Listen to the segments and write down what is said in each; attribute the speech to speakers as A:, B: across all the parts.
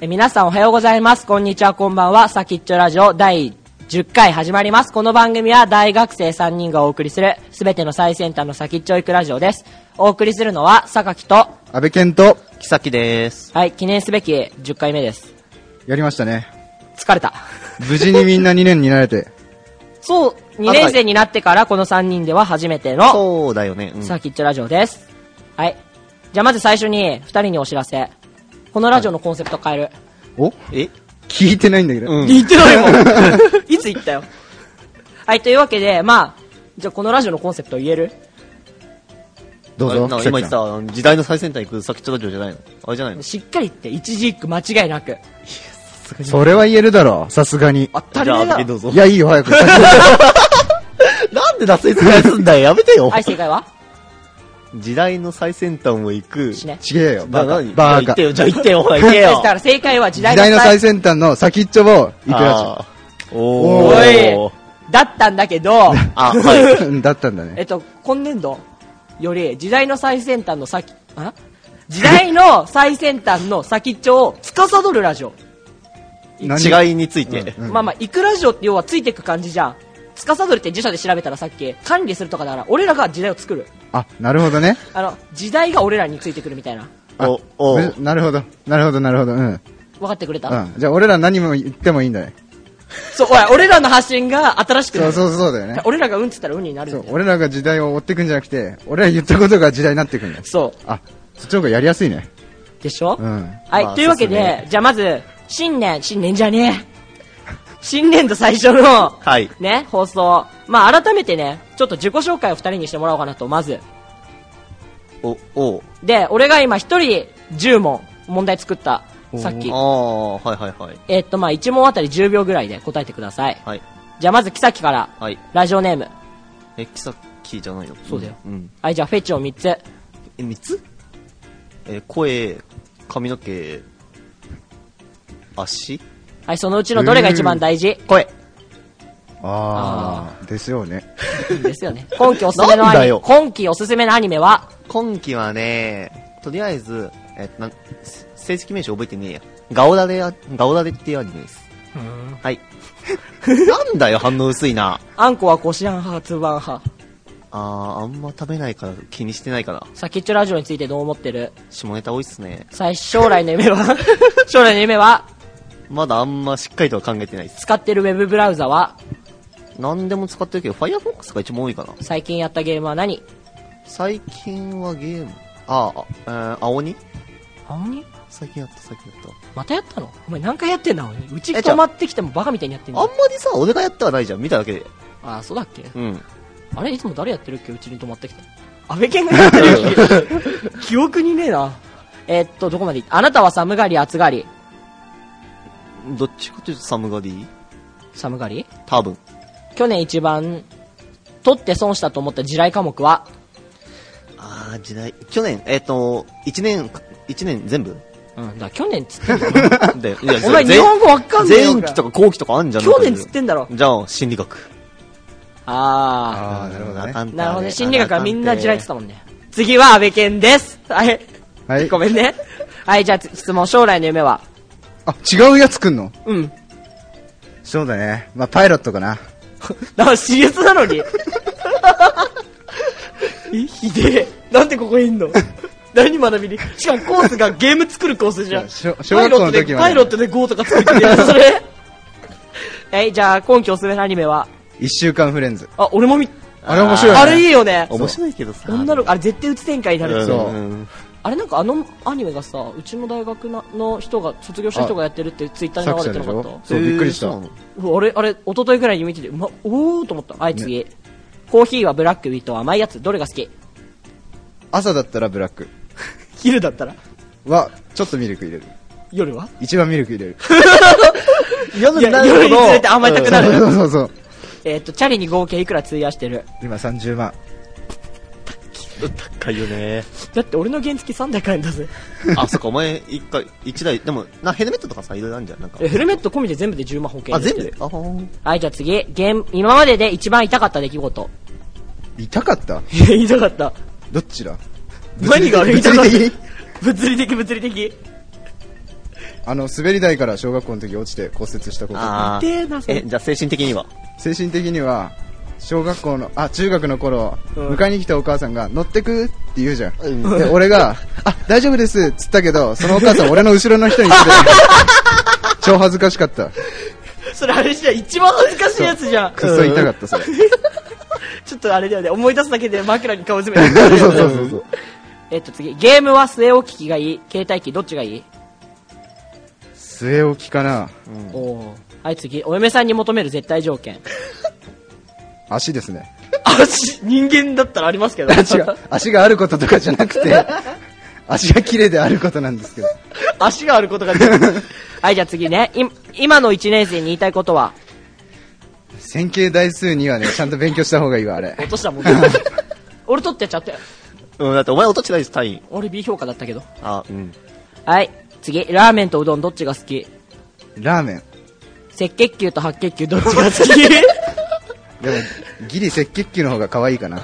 A: え皆さんおはようございます。こんにちは、こんばんは。サキッチョラジオ第10回始まります。この番組は大学生3人がお送りするすべての最先端のサキッチョイクラジオです。お送りするのは榊と、
B: 安倍健と
C: 木崎です。
A: はい、記念すべき10回目です。
B: やりましたね。
A: 疲れた。
B: 無事にみんな2年になれて。
A: そう、2年生になってからこの3人では初めての
C: そうだよね。うん、
A: サキッチョラジオです。はい。じゃあまず最初に2人にお知らせ。このラジオのコンセプト変える。
B: お
C: え
B: 聞いてないんだけど。
C: うん
A: 言ってないもんいつ言ったよはいというわけでまあじゃあこのラジオのコンセプト言える
B: どう
C: あ
B: ぞ。
C: な
B: 木
C: 今
B: 崎
C: 言っ
B: さん
C: た、時代の最先端行く先ちょっとじゃないのあれじゃないの
A: しっかり言って一字一句間違いなく
B: それは言えるだろう。さすがに。
A: 当たり前
C: じゃ
A: だ
C: あ、どうぞ
B: い。や、いいよ、早く。
C: なんで脱線すんだよ。やめてよ
A: はい正解は
C: 時代の最先端を行く。
A: しね
B: ちげえよ、バカ
C: バカ。。
B: バ
C: じゃあ行
B: カ。
C: っ
B: 時
C: てよ、じゃあ行ってよ、お前行け
A: だ
C: よ。
A: から正解は時代の
B: 代の最
A: 最
B: 先端の先っちょをいくら
C: あーおー。
A: おいだったんだけど
C: あ、はい。
B: ちょ。だったんだ
A: え
B: ね。
A: っと今年度より時代の最先端の先あ時代の最先端の先っちょを司るラジオ
B: 何
C: 違いについて。
B: うん
A: まあまあ、行くラジオって要はついていく感じじゃん。司るって自社で調べたらさっき、管理するとかだから、俺らが時代を作る。
B: あ、なるほどね。
A: あの、時代が俺らについてくるみたいな。
B: あ
C: お、お
B: むなるほど。なるほど、なるほど。うん。うん。
A: 分かってくれた、
B: じゃあ、俺ら何も言ってもいいんだね。
A: そう、おい、俺らの発信が新しくな
B: そう
A: る。
B: そうそうだよね。
A: 俺らがうんっつったらうんになる
B: そ
A: ん
B: う
A: だよ。
B: 俺らが時代を追っていくんじゃなくて、俺ら言ったことが時代になっていくんだよ。
A: そ
B: あ、そっちの方がやりやすいね。
A: う。でしょ、
B: うん。
A: はい、
C: まあ
A: というわけで、
C: そうですね
A: じゃあまず、新年、新年じゃねえ。新年度最初の、
C: はい。
A: ね、放送。まあ改めてね、ちょっと自己紹介を二人にしてもらおうかなと、まず。
C: お、お。
A: で、俺が今一人10問、問題作った。さっき
C: あ。あ、はいはいはい。
A: えっと、まあ、1問あたり10秒ぐらいで答えてください。
C: はい。
A: じゃあ、まず、木崎から。
C: はい。
A: ラジオネーム。
C: え、木崎じゃないよ。
A: そうだよ
C: うん。
A: はい、じゃあ、フェチを3つ。
C: え、三つえ、声、髪の毛、足
A: はい、そのうちのどれが一番大事
C: 声。
B: あー、ですよね。
A: ですよね。今期おすすめの
C: なん
A: ア
C: だ
A: ニメ
C: よ。
A: 今期おすすめのアニメは、
C: 今期はね、とりあえず、えっと、なん、せ正式名称覚えてねえや。ガオダレや、ガオダレっていうアニメです。はい。 なんだよ、反応薄いな。
A: あんこはこしあん派、つばん派。
C: あー、あんま食べないから気にしてないから。
A: 先っちょラジオについてどう思ってる
C: 下ネタ多いっすね。
A: 最将来の夢 は将来の夢は
C: まだあんましっかりとは考えてないっす。
A: 使ってるウェブブラウザは
C: なんでも使ってるけど、Firefox が一番多いかな。
A: 最近やったゲームは何
C: 最近はゲーム、あー、あえー、青鬼
A: あおに
C: 最近やった、最近やっ
A: またやったのお前何回やってんだ、おにうち
C: えじゃ
A: 泊
C: あ
A: まってきてもバカみたいにやってん
C: た。
A: だ
C: あんまりさ、俺がやってはないじゃん。見ただけで。
A: ああ、そうだっけ
C: うん。
A: あれいつも誰やってるっけうちに泊まってきた。安倍健がやってるっけ 記憶にねえな。えーっと、どこまでいったあなたは寒がり、暑がり。
C: どっちかというと寒がり
A: 寒がり
C: 多分。
A: 去年一番、取って損したと思った地雷科目は
C: ああ、時代。去年、えっ、と、一年、一年全 部
A: うん、だから去年っつってんだよ
C: で、いや
A: お前
C: 全
A: 日本語わかんねえよ。
C: 前期とか後期とかあんじゃん。
A: 去年っつってんだろ。
C: じゃあ、心理学。
A: あ
B: あー、なるほどね。
A: ー。なるほどね。心理学はみんな地雷っつってたもんね。次は安倍健です。はい。
B: はい。
A: ごめんね。はい、じゃあ質問、将来の夢は
B: あ、違うやつくんの
A: うん。
B: そうだね。まあ、パイロットかな。
A: なんか私立なのに。 え、ひでえ。なんでここい んの何学びにしかもコースがゲーム作るコースじゃん。
B: しょ小学校の時はね
A: パイロットでパイロットで GO とか作ってくれやつ それ。はい、じゃあ今期おすすめのアニメは
B: 一週間フレンズ。
A: あ、俺も見、
B: あれ面白いよね。
A: あれいいよね。
C: 面白いけどさ。
A: 女の子、あれ絶対うつ展開になる。
B: そうん
A: あれなんかあのアニメがさ、うちの大学なの人が、卒業した人がやってるってツイッターに流れてなかった
B: 作者でしょそうびっくりした
C: えーそうなの
A: うわあれ、あれ、一昨日ぐらいに見てて、うま、おーと思った。はい、次。コーヒーはブラックウィットは甘いやつ、どれが好き
B: 朝だったらブラック
A: 昼だったら
B: は、ちょっとミルク入れる。
A: 夜は
B: 一番ミルク 入れる。
A: いや
C: 夜になるほど
A: 夜に連れて甘えたくなる。
B: そうそうそう。
A: えーっと、チャリに合計いくら費やしてる
B: 今30万。
C: 高いよね。
A: だって俺の原付3台買えんだぜ。
C: あ、そっか、お前、一回、一台、でも、な、ヘルメットとかさ、いろいろあるじゃん。なんか
A: え。ヘルメット込みで全部で10万保険
C: あ、
A: 入れ
C: 全
A: て
C: 部
A: る
C: あほー
A: はい、じゃあ次。ゲーム、今までで一番痛かった出来事。
B: 痛かった
A: いや痛かった。
B: どっちだ
A: 何があれ痛かっ
B: 物理的
A: た物理的、物理的。
B: あの、滑り台から小学校の時落ちて骨折したこと。
C: あ
A: 痛えなそ
C: ー
A: れ
C: え、じゃあ精神的には
B: 精神的には、小学校の、あ、中学の頃、
A: うん
B: 迎えに来たお母さんが、乗ってくって言うじゃん。
C: ん
B: で、俺が、あ、大丈夫ですっつったけど、そのお母さん俺の後ろの人にして、 超恥ずかしかった。
A: それあれじゃん一番恥ずかしいやつじゃん。
B: くっそ痛かった、それ。
A: ちょっとあれだよね、思い出すだけで枕に顔詰めて
B: そ
A: る
B: うそうそうそう。
A: えっと次、ゲームは末置き機がいい携帯機どっちがいい、
B: 末置きかな。
A: おおはい次、お嫁さんに求める絶対条件。
B: 足ですね。
A: 足、人間だったらありますけど。
B: 違う。 足があることとかじゃなくて、足が綺麗であることなんですけど。
A: 足があることが はい、じゃあ次ね。い今の1年生に言いたいことは、
B: 線形代数にはね、ちゃんと勉強した方がいいわ、あれ。
A: 落としたもん。 俺取ってっちゃったよ。
C: うん、だってお前音しないです、単位。
A: 俺 B 評価だったけど。
C: あ、うん。
A: はい、次、ラーメンとうどんどっちが好き
B: ラーメン。
A: 赤血球と白血球どっちが好 き
B: でも、ギリ赤血球の方が可愛いかな。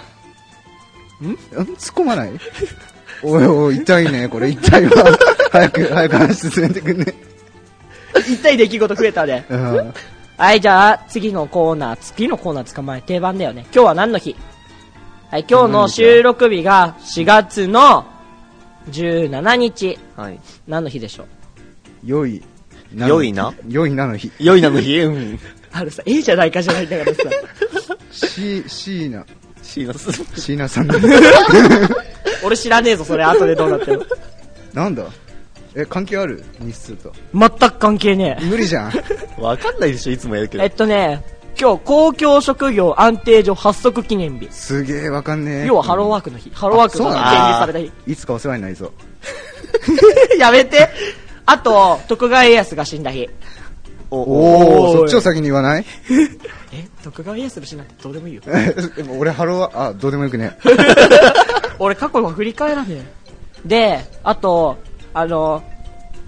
B: んん突っ込まないおいおい、痛いね、これ痛いわ。早く、早く話進めてくんね。
A: 一体出来事増えたね。
B: うん。
A: はい、じゃあ、次のコーナー、次のコーナー捕まえ、定番だよね。今日は何の日はい、今日の収録日が4月の17日。
C: はい。
A: 何の日でしょう
B: 良い。
C: 良いな
B: 良いなの日。
C: 良いなの日、うん。
A: あのさ、A じゃないかじゃないんだからさ。
B: シシーナ。
C: シーナス。
B: シーナさん。
A: 俺知らねえぞ、それ、後でどうなっても。
B: なんだえ、関係ある日数と。
A: 全く関係ね
B: 無理じゃん。
C: わかんないでしょ、いつもやる
A: え。
C: けど。
A: えっとね、今日、公共職業安定所発足記念日。
B: すげえ、わかんねえ。
A: 要はハローワークの日。ハローワークが
B: そう
A: 建
B: なん
C: だ
A: 立された日。
B: いつかお世話になりそ う。
A: やめて。あと、徳川家康が死んだ日。
B: お
A: おー
B: ー、そっちを先に言わない
A: え徳川家康の死なんてどうでもいいよ。
B: でも俺ハローワーク、あ、どうでもよくね。
A: 俺過去は振り返らねえ。で、あと、あの、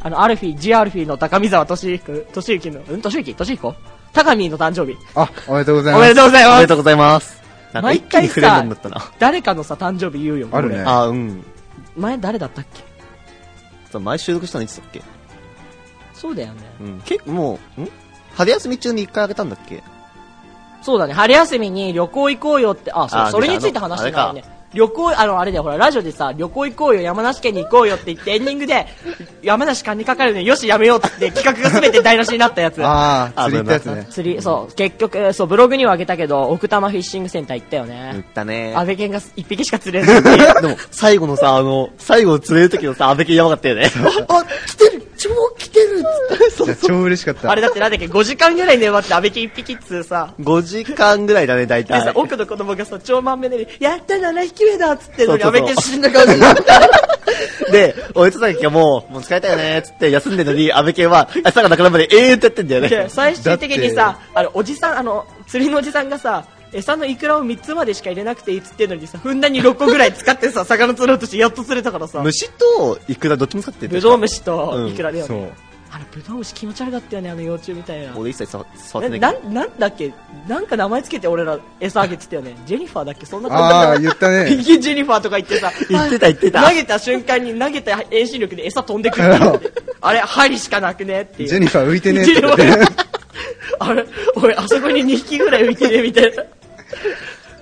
A: あの、アルフィ、ジアルフィの高見沢俊彦、俊之の、うん、俊之俊彦高見の誕生日。
B: あ、おめでとうござい
A: お
B: ま。
A: めですとうござい
C: おめ
A: ま
C: ですとう。ございます。なんか一気に触れるんだったな。
A: 誰かのさ、誕生日言うよ。
B: あるね
A: 俺
C: あ、うん。
A: 前誰だったっけ
C: そう前収録したのいつだっけ
A: そうだよね。
C: うん。結構もう、ん春休み中に一回あげたんだっけ
A: そうだね、春休みに旅行行こうよって、あ、そう、
C: あ
A: それについて話してた
C: あ
A: ね
C: れ。
A: 旅行、あの、あれだよ、ほら、ラジオでさ、旅行行こうよ、山梨県に行こうよって言って、エンディングで、 山梨間にかかるのによし、やめようって言っ て、企画が全て台無しになったやつ。
B: あー、
C: あ
B: 釣り行ったやつね。
A: 釣り、そう、結局、そう、ブログにはあげたけど、奥多摩フィッシングセンター行ったよ
C: 言
A: ね
C: っ。たね。
A: 安倍健が一匹しか釣れないっていう。
C: でも、最後のさ、あの、最後釣れる時のさ、安倍家やばかったよね。 あ、来てる超来てるそう
B: いや超嬉しかった。
A: あれだってなんだっけ、5時間ぐらい粘って安倍健一匹っつうさ。
C: 5時間ぐらいだね、大
A: で
C: 体
A: さ、。奥の子供がさ、超満面で、やった7匹目だっつってんのに、
C: そ
A: 安
C: うそ
A: 倍
C: うそう
A: 健死んだ顔してた。
C: で、俺とさきがもう、もう疲れたよね、つって休んでるのに、安倍家は、朝がなくなるまで永遠ってやってんだよ
A: で
C: ね。
A: 最終的にさあのおじさんあの釣りのおじさんがさ餌のイクラを3つまでしか入れなくていいっつってんのにさふんだんに6個ぐらい使 ってさ魚釣ろうとしてやっと釣れたからさ
C: 虫とイクラどっちも使ってる
A: ブドウ
C: う
A: 虫と
C: うん
A: イクラだよね、
B: そう。
A: あのブドウ虫気持ち悪かったよねあの幼虫みたいな
C: 俺一切触触って
A: えな
C: ないけど。
A: なんだっけなんか名前つけて俺ら餌あげてたよねジェニファーだっけそんな
B: あ
A: 感
B: ー、
A: じ
B: 言った
A: だ
B: ね。
A: ヒゲジェニファーとか言ってさ
C: 言ってた言ってた
A: 投げた瞬間に投げた遠心力で餌飛んでくるってあれ針しかなくねっていう
B: ジェニファー浮いてねって
A: 一
B: 言
A: 両
B: って
A: あれ俺あそこに2匹ぐらい浮いてねみたいな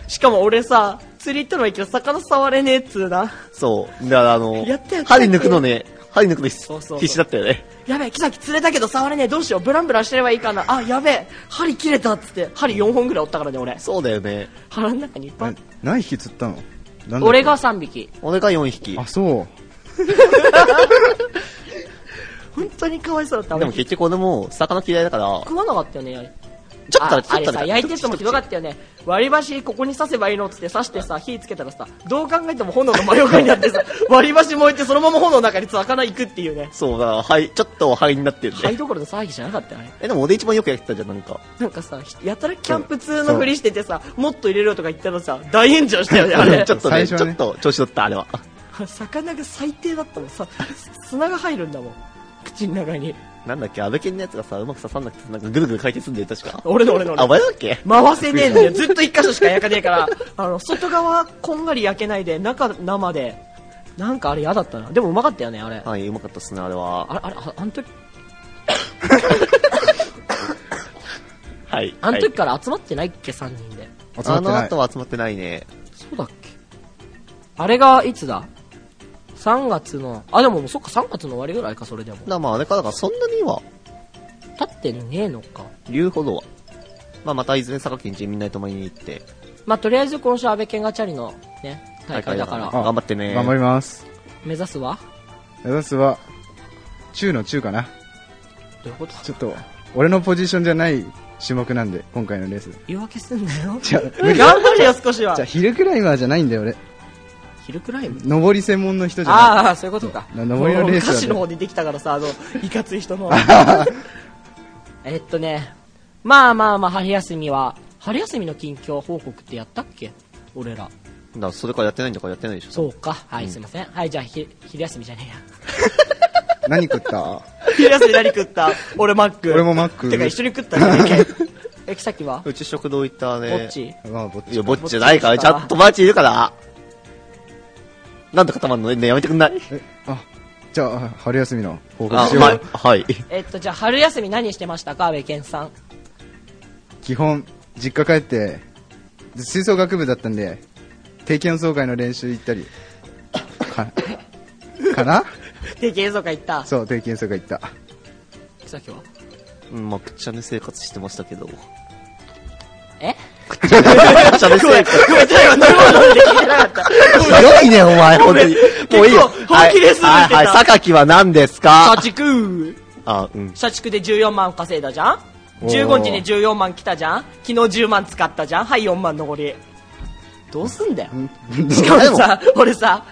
A: しかも俺さ釣り行ったのはいいけど魚触れねえっつうな
C: そう。だからあの
A: やったやっ、た
C: 針抜くのね、針抜くの
A: そうそうそう
C: 必死だったよね。
A: やべえ木崎釣れたけど触れねえどうしようブランブランしてればいいかなあやべえ針切れたっつって針4本ぐらいおったからね俺
C: そうだよね。
A: 腹の中にいっぱいあった
B: え何匹釣ったのなんだっけ
A: 俺が。3匹
C: 俺が4匹
B: あ、。そう。
A: 本当にかわいそうだった
C: でも結局俺も、魚嫌いだから、
A: 食わなかったよねあれ
C: ちょっとだけ
A: ああれ
C: ちょっとだ
A: さ
C: け
A: 焼いてるのもひどかったよね割り箸ここに刺せばいいのっつって刺してさ火つけたらさどう考えても炎の真横になってさ 割り箸燃えてそのまま炎の中に魚行くっていうね
C: そう、だから、はい、ちょっと灰になってる
A: 灰
C: ね。
A: どころの騒ぎじゃなかったよね
C: え、でも俺一番よくやってたじゃん、なんか。
A: なんかさやたらキャンプ通のふりしててさもっと入れろとか言ったらさ大炎上したよねあれ
C: ちょっと
B: 最
C: ね、
B: 初
C: ち
B: は
C: ょっ
B: ね
C: と調子乗った、あれは。
A: 魚が最低だったもんさ砂が入るんだもん口の中に
C: なんだっけ、安倍健のやつがさ、うまく刺さんなくて、なんかぐるぐる回転すんだよ、確か。
A: 俺の俺の俺の
C: あ、前だっけ
A: 回せねえんだよずっと一箇所しか焼かねえからあの外側こんがり焼けないで中生でなんかあれ嫌だったなでもうまかったよねあれ
C: はい、うまかったっすね、あれは。
A: あれあれああの時
C: はい。
A: あの時から集まってないっけ、3人で。
B: 集ま
C: あ
B: って
C: の
B: ない
C: 後は集まってないね。
A: そうだっけあれがいつだ ?3 月の、あ、でももうそっか、3月の終わりぐらいか、それでも。
C: だまあ、あれか、だからそんなには、
A: 経ってねえのか。
C: 言うほどは。まあ、またいずれ佐賀県人民大泊まりに行って、
A: まあ、とりあえず今週安倍健がチャリのね、大会だか
C: 大
A: ら、
C: 会頑張ってね
B: 頑張ります
A: 目指すは
B: 目指すは中の中かな
A: どういうこと
B: ちょっと俺のポジションじゃない種目なんで今回のレース
A: 言い訳すんなよ。
B: じゃあ無 理
A: 頑張れよ、少しは
B: じゃあ。ヒルクライマーじゃないんだよ俺
A: ヒルクライム
B: 上り専門の人じゃない
A: ああ、そういうことか。
B: な登りのレースだね
A: もう歌詞の方出てきたから さ、あの、いかつい人の。えっとね、まあまあまあ、春休みは、春休みの近況報告ってやったっけ俺ら。
C: だからそれからやってないんだからやってないでしょ。
A: そうか。はい、すいません。はい、じゃあ、ひ昼休みじゃ ね
B: 何食った
A: え や。昼休み何食った俺マック。
B: 俺もマック
A: てか、一緒に食ったじゃ ねえかえ、きさきはこ
C: うち食堂行ったね。
A: っち。
B: まあぼっ
C: い
B: ち
C: や、ぼっちじゃないから、ちゃんと友達いるから。なんで固まんのねねやめてくんない
B: えあじゃあ春休みの報告
C: あ、
B: しよ
C: ま
B: う
C: あ、はい。
A: えっと、じゃあ、春休み何してましたか安部健さん。
B: 基本実家帰ってで吹奏楽部だったんで定期演奏会の練習行ったり かかな
A: 定期映像会行った。
B: そう定期演奏会行った
A: きさきは
C: うん、まあ、くっちゃね生活してましたけど。くっ
A: え
C: ちゃね生活。
A: ごめん、ちょっと今、 飲み物飲んで聞いてなかった。
C: ひどいね、お前、本当に。もういいよ
A: 結。構本気です
C: はい、はい、
A: 言ってた
C: はい、榊は何ですか
A: 社畜
C: あ、うん。
A: 社畜で14万稼いだじゃん
B: おー
A: 15日で14万来たじゃん昨日10万使ったじゃんはい4万残りどうすんだよしかもさ俺さ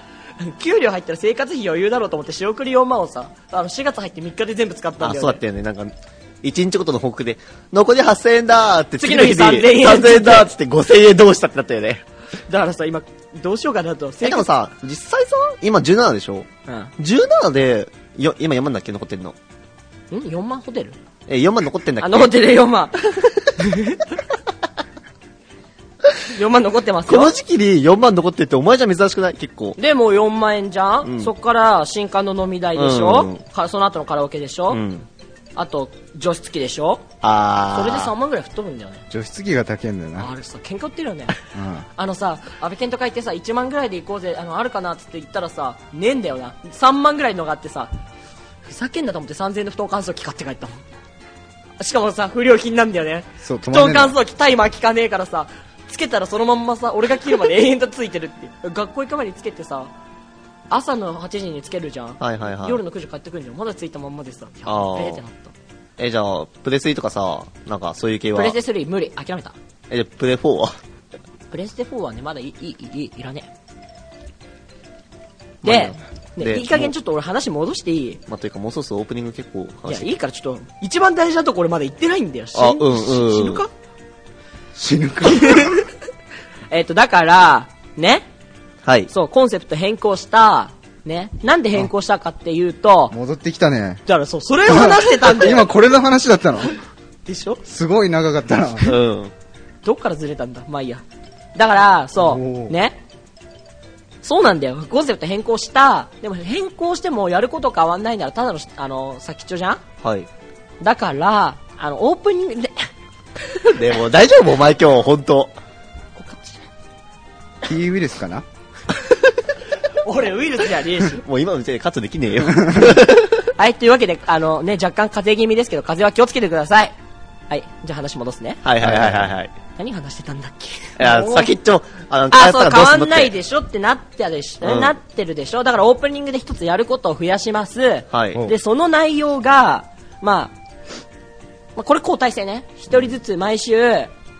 A: 給料入ったら生活費余裕だろうと思って仕送り4万をさあの4月入って3日で全部使ったん
C: あ、
A: だ
C: そ
A: よ、
C: う
A: ね、
C: だったよね。なんか、一日ごとの報告で、残り8000円だーって、
A: 次の日
C: で
A: 3000円
C: 3000円だーっつって5000円どうしたってなったよね。
A: だからさ今どうしようかなと
C: え、
A: 生
C: で
A: 活
C: もさ、実際さ、今17でしょ
A: うん、
C: ?17 で、よ、今4万だっけ残ってんの。
A: ん4万ホテル
C: え、4万残ってんだ
A: あ
C: っけ
A: 残ってる4万 4万残ってます
C: こ
A: よ
C: の時期に4万残ってってお前じゃ珍しくない結構。
A: でもう4万円じゃん、
C: うん
A: そっから新刊の飲み代でしょ、
C: うんうんうん
A: かその後のカラオケでしょ、
C: うん。
A: あと除湿機でしょ
C: あー。
A: それで3万ぐらい吹っ飛ぶんだよね
B: 除湿機が高いんだよ
A: あ
B: な、
A: れさ喧嘩売ってるよね
B: うん、
A: あのさ安倍健とか言ってさ1万ぐらいで行こうぜあのあるかなっつって言ったらさねえんだよな3万ぐらいのがあってさふざけんなと思って3000円の布団乾燥機買って帰ったもんしかもさ不良品なんだよね
B: そう
A: 布
B: 止ま
A: 団
B: んねえ
A: 乾
B: の
A: 燥機タイマー効かねえからさつけたらそのまんまさ俺が切るまで 延々とついてるっていう学校行く前につけてさ朝の8時につけるじゃん、
C: はいはいはい。
A: 夜の9時帰ってくるじゃんまだついたまんまでさや
C: あー
A: べえってなった
C: え、じゃあ、プレスイとかさ、なんかそういう系は。
A: プレステ3無理諦めた
C: え、じゃあプレ4は
A: プレステ4はねまだいいいいいいいらねえ
C: まあ
A: で
C: ね,、
A: ね
C: で
A: いい加減ちょっと俺話戻していい
C: まあ、というかもうそろそろオープニング結構
A: いや
C: 話
A: いいからちょっと一番大事なとこ俺まだ言ってないんだよ死
C: あうんうん
A: 死ぬか
B: 死ぬか
A: えっ、とだからね
C: はい。
A: そうコンセプト変更したねなんで変更したかっていうと
B: 戻ってきたね
A: だからそうそれを話してたんだよ
B: 今これの話だったの
A: でしょ
B: すごい長かったな
C: うん。
A: どっからずれたんだまあいいやだからそ
B: お
A: う
B: ー
A: ねそうなんだよコンセプト変更したでも変更してもやること変わんないならただのしあの先っちょじゃん
C: はい。
A: だからあのオープニングで
C: でも大丈夫お前今日、ほんと。
B: T ウイルスかな
A: 俺ウイルスじゃねえし
C: もう今のうちでカットできねえよ。
A: はいというわけであのね若干風邪気味ですけど風邪は気をつけてくださいはいじゃあ話戻すね
C: はいはいはいはいはい。
A: 何話してたんだっけ
C: いや、
A: もう
C: 先っちょ、あの、
A: あ、そう、変
C: 変わ
A: わ
C: ったらどうすんの
A: ん
C: って
A: ないでしょってなってたでし、
C: うん
A: なってるでしょだからオープニングで一つやることを増やします。
C: はい。
B: うん
A: で、その内容が、まあ、まあ、これ交代制ね。一人ずつ毎週、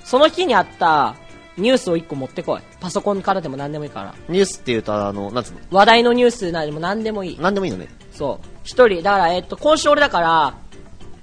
A: その日にあったニュースを一個持ってこい。パソコンからでも何でもいいから。
C: ニュースっていうと、あの、なんつうの
A: 話題のニュースなでも何でもいい。
C: なんでもいいのね。
A: そう。一人、だから、えっと、今週俺だから、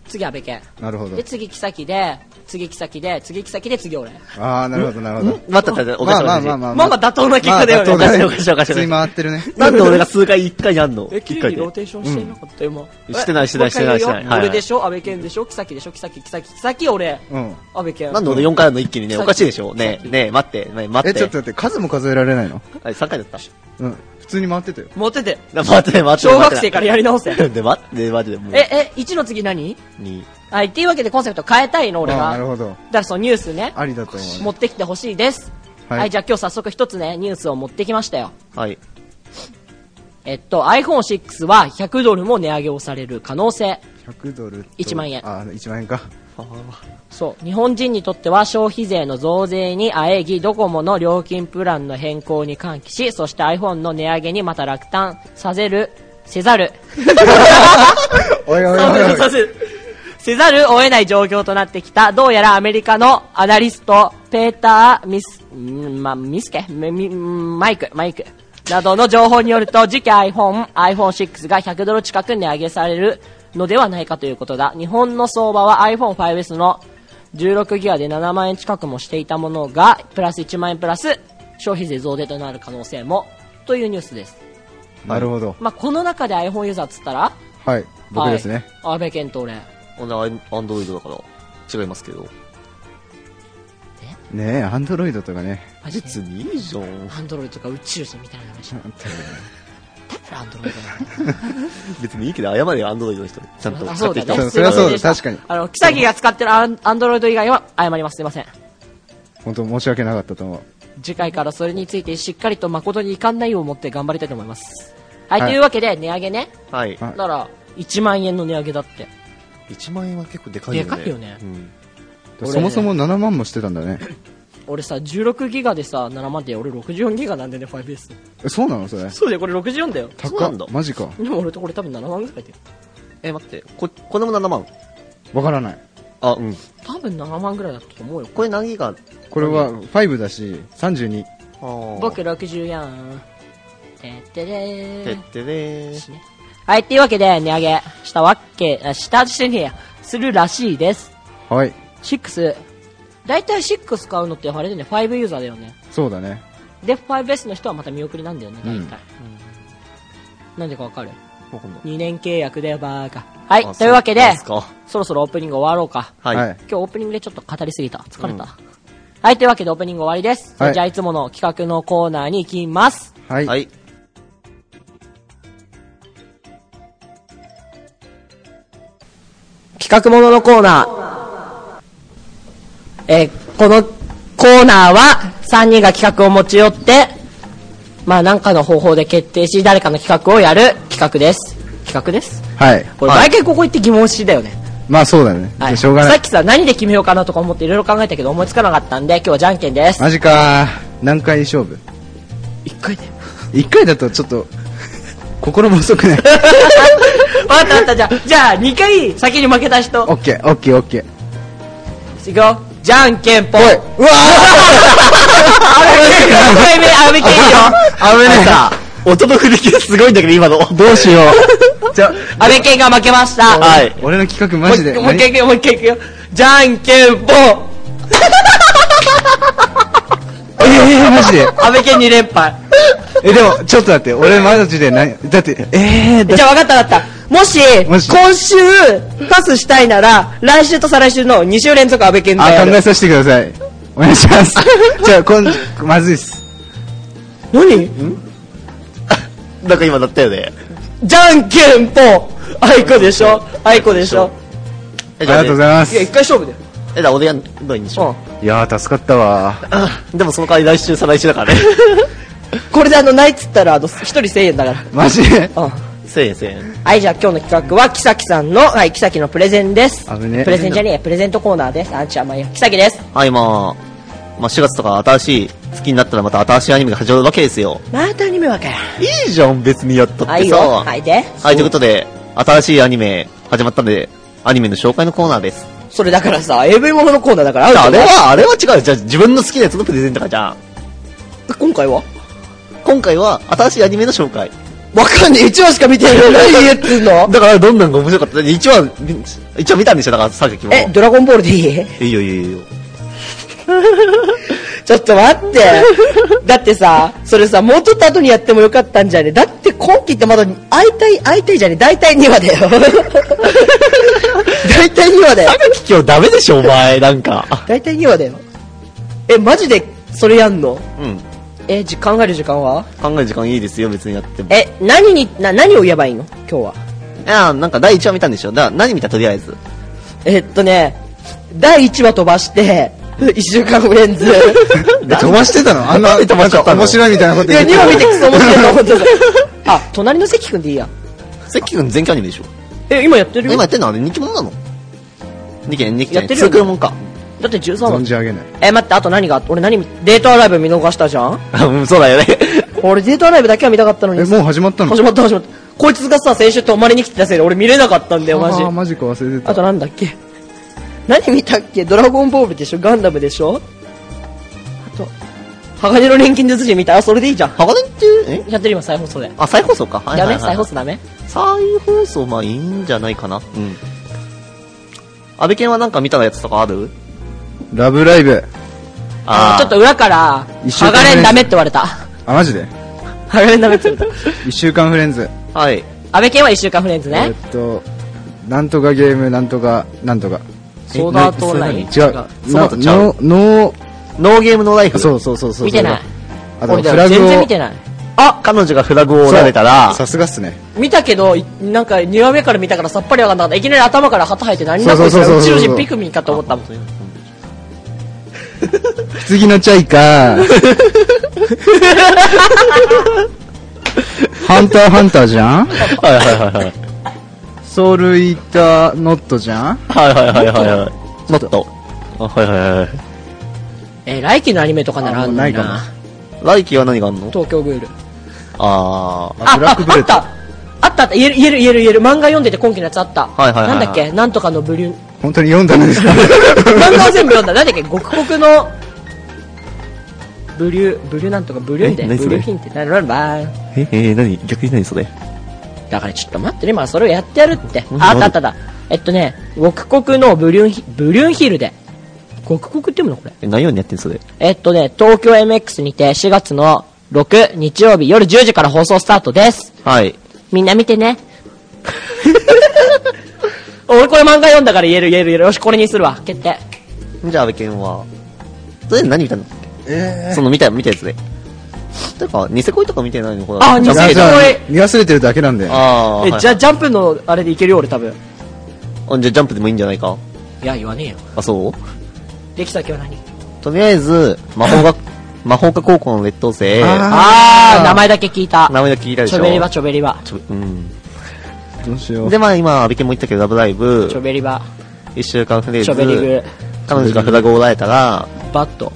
A: 次安部健。
B: なるほど
A: で、次木崎で、次木崎で、次木崎で、次俺。
B: ああなるほどなるほど
C: 待って待って、おか
B: ま
C: し
B: あ
C: いお
B: まあ
C: かしい
B: まあまあ
A: まあまあ妥当な結果だよね
B: まあ妥当だよ
C: おかしいおかしいおかしい
B: 普通に回ってるね
C: なんで俺が数回1回やんの
A: え、綺
C: 一
A: 麗
C: 回
A: に
C: で
A: ロー。テーションしてなかった、今。
C: んしてないしてないしてな
A: もう
C: いしてない
A: 一回言うよ
C: はいはい
A: 俺でしょ安倍健でしょ木崎でしょ木崎、木崎、木崎、俺。
B: うん
A: 安倍健。
C: なんで俺4回やんの一気にね、
A: さっき
C: おかしいでしょねえ、ねえ、待って、ねえ待
B: え
C: って。
B: ちょっと待って数も数えられないの
C: はい、3回だった。
B: うん。普通に回ってたよ。
A: 持ってて。
C: な待って待って。
A: 小学生からやり直せ。
C: ら。 で、待って、待って、もう。
A: え、え、1の次何
C: に。
A: はい、っていうわけでコンセプト変えたいの、俺
B: あ
A: が。
B: なる
A: だか
B: ほど。
A: らそのニュースね、
B: ありだと思う。
A: 持ってきてほしいです。は、
B: はいい
A: じゃあ今日早速一つね、ニュースを持ってきましたよ。
C: はい。
A: えっと、iPhone6 は100ドルも値上げをされる可能性。
B: 100ドルと。
A: 1万円
B: あ、1万円か。
A: そう。日本人にとっては消費税の増税にあえぎ、ドコモの料金プランの変更に喚起し、そして iPhone の値上げにまた落胆させる、せざる、
B: おいおいおいおい。
A: させ せざるを得ない状況となってきた、どうやらアメリカのアナリスト、ペーター・ミス、んま、ミスケみみマイク、マイク。などの情報によると、次期 iPhone、iPhone6 が100ドル近く値上げされるのではないかということだ。日本の相場は iPhone5S の16ギガで7万円近くもしていたものが、プラス1万円プラス消費税増税となる可能性も、というニュースです。
B: なるほど。
A: まあ、この中で iPhone ユーザーっつったら、
B: はい。僕ですね。
A: はい。安倍健と俺。
C: ほんで、アンアンドロイドだから、違いますけど。
B: ねえ、アンドロイドとかね。
A: マジで
C: 別にいいじゃん。
A: アンドロイドとか宇宙人みたいな名前して
B: なんて
A: だからアンドロイドなんだ
C: 別にいいけど、謝れよ、アンドロイドの人に。ちゃんと
A: あ
C: 使
A: そ
C: っ
A: う
C: て
A: だ
C: きた
A: ね。
C: も
B: そう
C: ん。
B: そりゃそうだ
A: すいませんでし
B: 確
A: たあの、キサギが使ってるアンアンドロイド以外は謝ります。すいません。
B: 本当申し訳なかったと思う。
A: 次回からそれについてしっかりと誠に遺憾ないを持って頑張りたいと思います。はい、
B: はい
A: というわけで値上げね。
C: はい。
B: あ
A: なら、1万円の値上げだって。
C: 1万円は結構でかいよね。
A: でかいよね
C: うん。
A: 俺ね
B: そもそも7万もしてたんだね。
A: 俺さ、16ギガでさ、7万で、俺64ギガなんでね、5S。
B: えそうなのそれ。
A: そうだよ、これ64だよ。
B: 高
C: そうなんだ
B: っマジか。
A: でも俺とこれ多分7万ぐらいだよ。
C: え、待って、こ、これも7万。
B: わからない。
C: あ、うん。
A: 多分7万ぐらいだったと思うよ。
C: これ何ギガ
B: これは5だし、32。
A: 僕
C: 僕、
A: 60やん。てってれ
C: て
A: ー
C: っ。てねー。
A: はい、っていうわけで値上げしたわけ、あしたしてねえや、するらしいです。
B: はい。
A: 6。大体6買うのってあれだよね、5ユーザーだよね。
B: そうだね。
A: で、5S の人はまた見送りなんだよね、大体。
B: うん
A: なんでかわかる
C: わかんない
A: ?2 年契約でバーカ。はい
C: あ、
A: というわけで、
C: そうすか
A: そろそろオープニング終わろうか。
B: は
C: はいい。
A: 今日オープニングでちょっと語りすぎた。疲れた。はい、というわけでオープニング終わりです。
B: はい
A: じゃあいつもの企画のコーナーに行きます。
B: はい。
C: はい。
A: 企画もののコーナー。えーこのコーナーは、3人が企画を持ち寄って、まあ、なんかの方法で決定し、誰かの企画をやる企画です。企画です。
B: はい。
A: これ、
C: はい
A: 毎回ここ行って疑問しだよね。
B: まあそうだね。
A: は
B: じゃあ
A: い。
B: しょうがな
A: さっ
B: い。
A: きさ、何で決めようかなとか思っていろいろ考えたけど、思いつかなかったんで、今日はじゃんけんです。
B: マジか何回勝負
A: 一回で。
B: 一回だとちょっと、心細くない。
A: わかったわかった、じゃあ、じゃあ、二回先に負けた人。
B: オッケー、オッケー、オッケー。
A: いくよ。じゃんけんぽん。
B: おい、 う
A: 4
B: わ
A: 回目、あべけんよ。
B: ー危ねえ
C: さあ、音の振り切れすごいんだけど、今の。
B: どうしよう。 じゃ
A: あべけんが負けました。
C: はい。
B: 俺の企画マジで。
A: もう一回行くよ、もう一回行くよ。じゃんけんぽん。
B: 何えー、マジで。
A: 安倍県2連敗。
B: え、でも、ちょっと待って、俺マジで何、だって、えー、だ
A: じゃあ分かった分かった。もし、
B: もし
A: 今週、パスしたいなら、来週と再来週の2週連続安倍県
B: あ、
A: だ
B: 考
A: よ
B: え。させてください。お願いし ます。じゃあ、今度、まずいっす。
A: 何
C: なんか今だったよね。
A: じゃんけんぽん。あいこでしょあいこでしょ
B: あ
C: え、
B: りがとうございま
A: いや、一
B: す。
A: 回勝負だよ。
C: す。え、だ、俺やんないんでしょ。
B: いやー、助かったわ。
C: でもその代わり来週、再来週だからね。
A: これであの、ないっつったら、あの、一人1000円だか
B: マジで。
A: ら。うん。
C: 1000円、1000円。
A: はい、じゃあ今日の企画は、キサキさんの、はい、キサキのプレゼンです。
B: 危ねえ
A: プレゼンじゃねえや、プレゼントコーナーです。あんちゃん、まあいいや、キサキです。
C: はい、まあ、まあ4月とか新しい月になったらまた新しいアニメが始まるわけですよ。
A: またアニメわからん。
C: いいじゃん、別にやった
A: はいよ。はい、で、
C: はい、ということで、新しいアニメ始まったんで、アニメの紹介のコーナーです。
A: それだからさ、AV もののコーナーだから、
C: あ
A: あ
C: れは、あれは違う。じゃあ自分の好きなやつのプレゼントかじゃん。
A: 今回は
C: 今回は、新しいアニメの紹介。
A: わかんねえ、一話しか見てない。何言えっつう の
C: だから、どんなんが面白かった。一話、み一話見たんでしょだから、さっきも。
A: え、ドラゴンボールでいい
C: いいよ、いいよ、いいよ。
A: ちょっと待 って。だってさ、それさ、もうちょっと後にやってもよかったんじゃねだって今期ってまだ、会いたい、会いたいじゃね大体2話だよ。 大体2話だよ。
C: き今日ダメでしょ、お前、なんか。
A: 大体2話だよ。え、マジで、それやんの
C: うん。
A: え、じ、考える時間は
C: 考える時間いいですよ、別にやっても。
A: え、何に、な、何を言えばいいの今日は。
C: いや、なんか第1話見たんでしょだから何見たとりあえず。
A: えっとね、第1話飛ばして、1週間後レ ンズ。
B: え飛ばしてたのあんな、
C: なんで飛ばしちゃったの
B: 面白いみたいなこと
A: いや、
B: 言って
A: 2話見てクソ面白いと思ってた。あ、隣の関君でいいや。
C: 関君全期アニメでしょ
A: え、今やってる
C: 今やってんのあれ人気者なの ?2 期、2期じ
A: や
C: ゃ
A: っ
C: な
A: て
C: い。
A: るよ
C: 通
A: ね
C: 空もんか。
A: だって13
B: 存
A: 話。
B: じ上げない。
A: え、待って、あと何が、俺何見、デートアライブ見逃したじゃん
C: あうん、そうだよね。
A: 俺デートアライブだけは見たかったのに
B: え、もう始まったの
A: 始まった始まった。こいつがさ、先週泊まりに来てたせいで俺見れなかったんだよ、マジ
B: あー。マジか忘れて
A: あと
B: た。
A: なんだっけ何見たっけドラゴンボールでしょガンダムでしょあと、鋼の錬金術師見たあ、それでいいじゃん。
C: 鋼って、え
A: やってる今再放送で。
C: あ、再放送か。はい
A: ダ
C: はい
A: メ
C: はい
A: 再放送ダメ
C: 再放送、まあいいんじゃないかな。うん。安倍健はなんか見たやつとかある
B: ラブライブ。
A: あ
C: ー
A: ちょっと裏から、
B: 一週間前
A: 鋼レンダメって言われた。
B: あ、マジで
A: 鋼レンダメって言われ
B: 一週間フレンズ。
C: はい。
A: た。安倍健は一週間フレンズ
B: え
A: ね。
B: ーっと、なんとかゲーム、なんとか、なんとか。
A: ソーダアートオンライン。
B: 違う。
C: そ
B: な
C: うだとちゃう
B: の、の、
C: ノーゲームのライフ。
B: そうそうそうそう。
A: 見てない。
B: あと、
A: 俺
B: フ
A: だよ
B: ラグを。
A: 全然見てない。
C: あ彼女がフラグを折られたら、
B: さすがっすね。
A: 見たけど、いなんか2話目から見たからさっぱりわかんなかった。いきなり頭から旗生えて何だこいつ
B: そう
A: ら
B: そうそう
A: 宇
B: そう
A: 宙人ピクミンかと思ったもん。
B: 棺のチャイか。ハンターハンターじゃん
C: はいはいはいはい。
B: ソウルイーターノットじゃん
C: はいはいはいはいはい。ノット。あ、はいはいはい。
A: えー、来期のアニメとかならあんのに
B: あもうない
A: な。
C: 来期は何があんの
A: 東京グール。
C: あー。
B: あブラックベルト
A: あああったあったあった言える言える言える言える漫画読んでて今期のやつあった。
C: はいはいはいはい
A: なんだっけなんとかのブリュン。
B: 本当に読んだんですか
A: 漫画を全部読んだ。なんだっけ極国の、ブリュー、ブリューなんとかブリュンで。
C: え
A: ブリ
C: 何それ
A: ューヒンってなるなるばー
C: え、えー、何逆に何それ
A: だからちょっと待ってね、まあそれをやってやるって。
C: うん
A: ああったあったあった。えっとね、極国のブリュンヒ、ブリュンヒルで。極国って読むのこれ。
C: え、何曜にやってんそれ
A: えっとね、東京 MX にて4月の6日曜日夜10時から放送スタートです。
C: はい。
A: みんな見て ね。俺これ漫画読んだから言える言える言える。よし、これにするわ。決定。
C: じゃあ、安部健は、とりあえず何見たの
B: え
C: その見た、見たやつで。てか、ニセ恋とか見てないのほら。
A: あ、ニ
B: じゃ
A: セ
B: あ
A: コ
B: じゃあ
A: イ。
B: 見忘れてるだけなんで。
C: あー。
A: え、
C: はい
A: じゃあ、ジャンプのあれでいけるよ、俺多分。
C: あじゃあジャンプでもいいんじゃないか
A: いや、言わねえよ。
C: あ、そう
A: できたけは何
C: とりあえず、魔法学、魔法科高校の劣等生、
B: あ
A: あー、名前だけ聞いた。
C: 名前だけ聞いたでし
A: ち
C: ょ
A: ょべりば、ちょべりば。
C: ちょうん。
B: どうしよう
C: で、。まあ今、安倍健も言ったけど、ラブライ
A: ちょ
C: ブ、
A: べりば。
C: 一週間フレー
A: ちょべりぶ
C: ズ、。彼女がフラグを折られたら、
A: バット。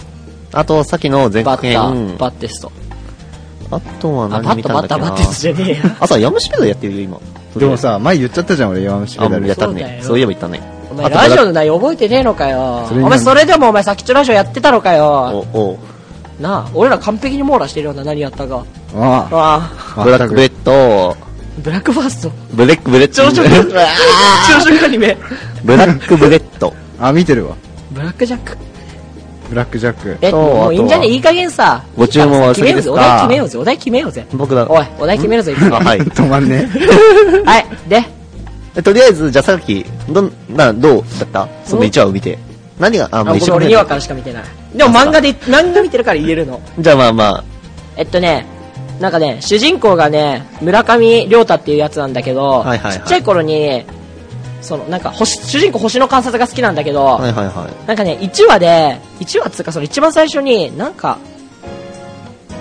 C: あと、さっきの全
A: バ
C: 国
A: ッ
C: 編
A: タ、ー。バッテスト。
C: あとは
A: あ、
C: 何
A: バッ
C: 見
A: ト、
C: たん
A: バッ
C: だっけ
A: タ、
C: な
A: バッテストじゃねえ や。
C: あ、そう、ヤムシペダルやってるよ、今。
B: でも、さ、前言っちゃったじゃん、俺、弱虫
C: あ、
B: ペ
C: も
B: ダ
C: う
B: ル
C: やっ。た
A: そうだ
C: ね。
A: よ
C: そういえば言ったね。
A: お前、ラジオの内容覚えてねえのかよ。お前、それでもお前、さっきちょラジオやってたのか
C: お
A: よ。、
C: お、
A: なあ、俺ら完璧に網羅してるような、何やったか。
B: ああ
A: ああ。
C: ブラックベッド、
A: ブラックファースト。
C: ブレックブレッド、
A: 朝食。朝食アニメ。
C: ブラックブレッド。
B: あ、見てるわ。
A: ブラックジャック。
B: ブラックジャック。。
A: え、
C: そう
A: もういいんじゃね
C: あと
A: いい加減さ。
C: ご注文は
A: 決めようぜ、お
C: お先ですか
A: 題決めようぜ、お題決めようぜ。
C: 僕だ。
A: おい、お題決めるぞ、いつ
C: あ、
A: も。
C: はい
B: 止ま んね。
A: はい、で、
C: えとりあえず、じゃあさっき、どん、な、どうだったその1話を見て。何が、あ、
A: あ
C: もう一
A: 僕
C: 緒
A: 俺2話からしか見てない。でも漫画で、漫画見てるから言えるの。
C: じゃあまあま
A: えっとね、なんかね、主人公がね、村上亮太っていうやつなんだけど、
C: はいはいはい
A: ちっちゃい頃に、その、なんか星、主人公星の観察が好きなんだけど、
C: あ。はいはいはい。
A: なんかね、1話で、1話っつうか、その一番最初に、なんか、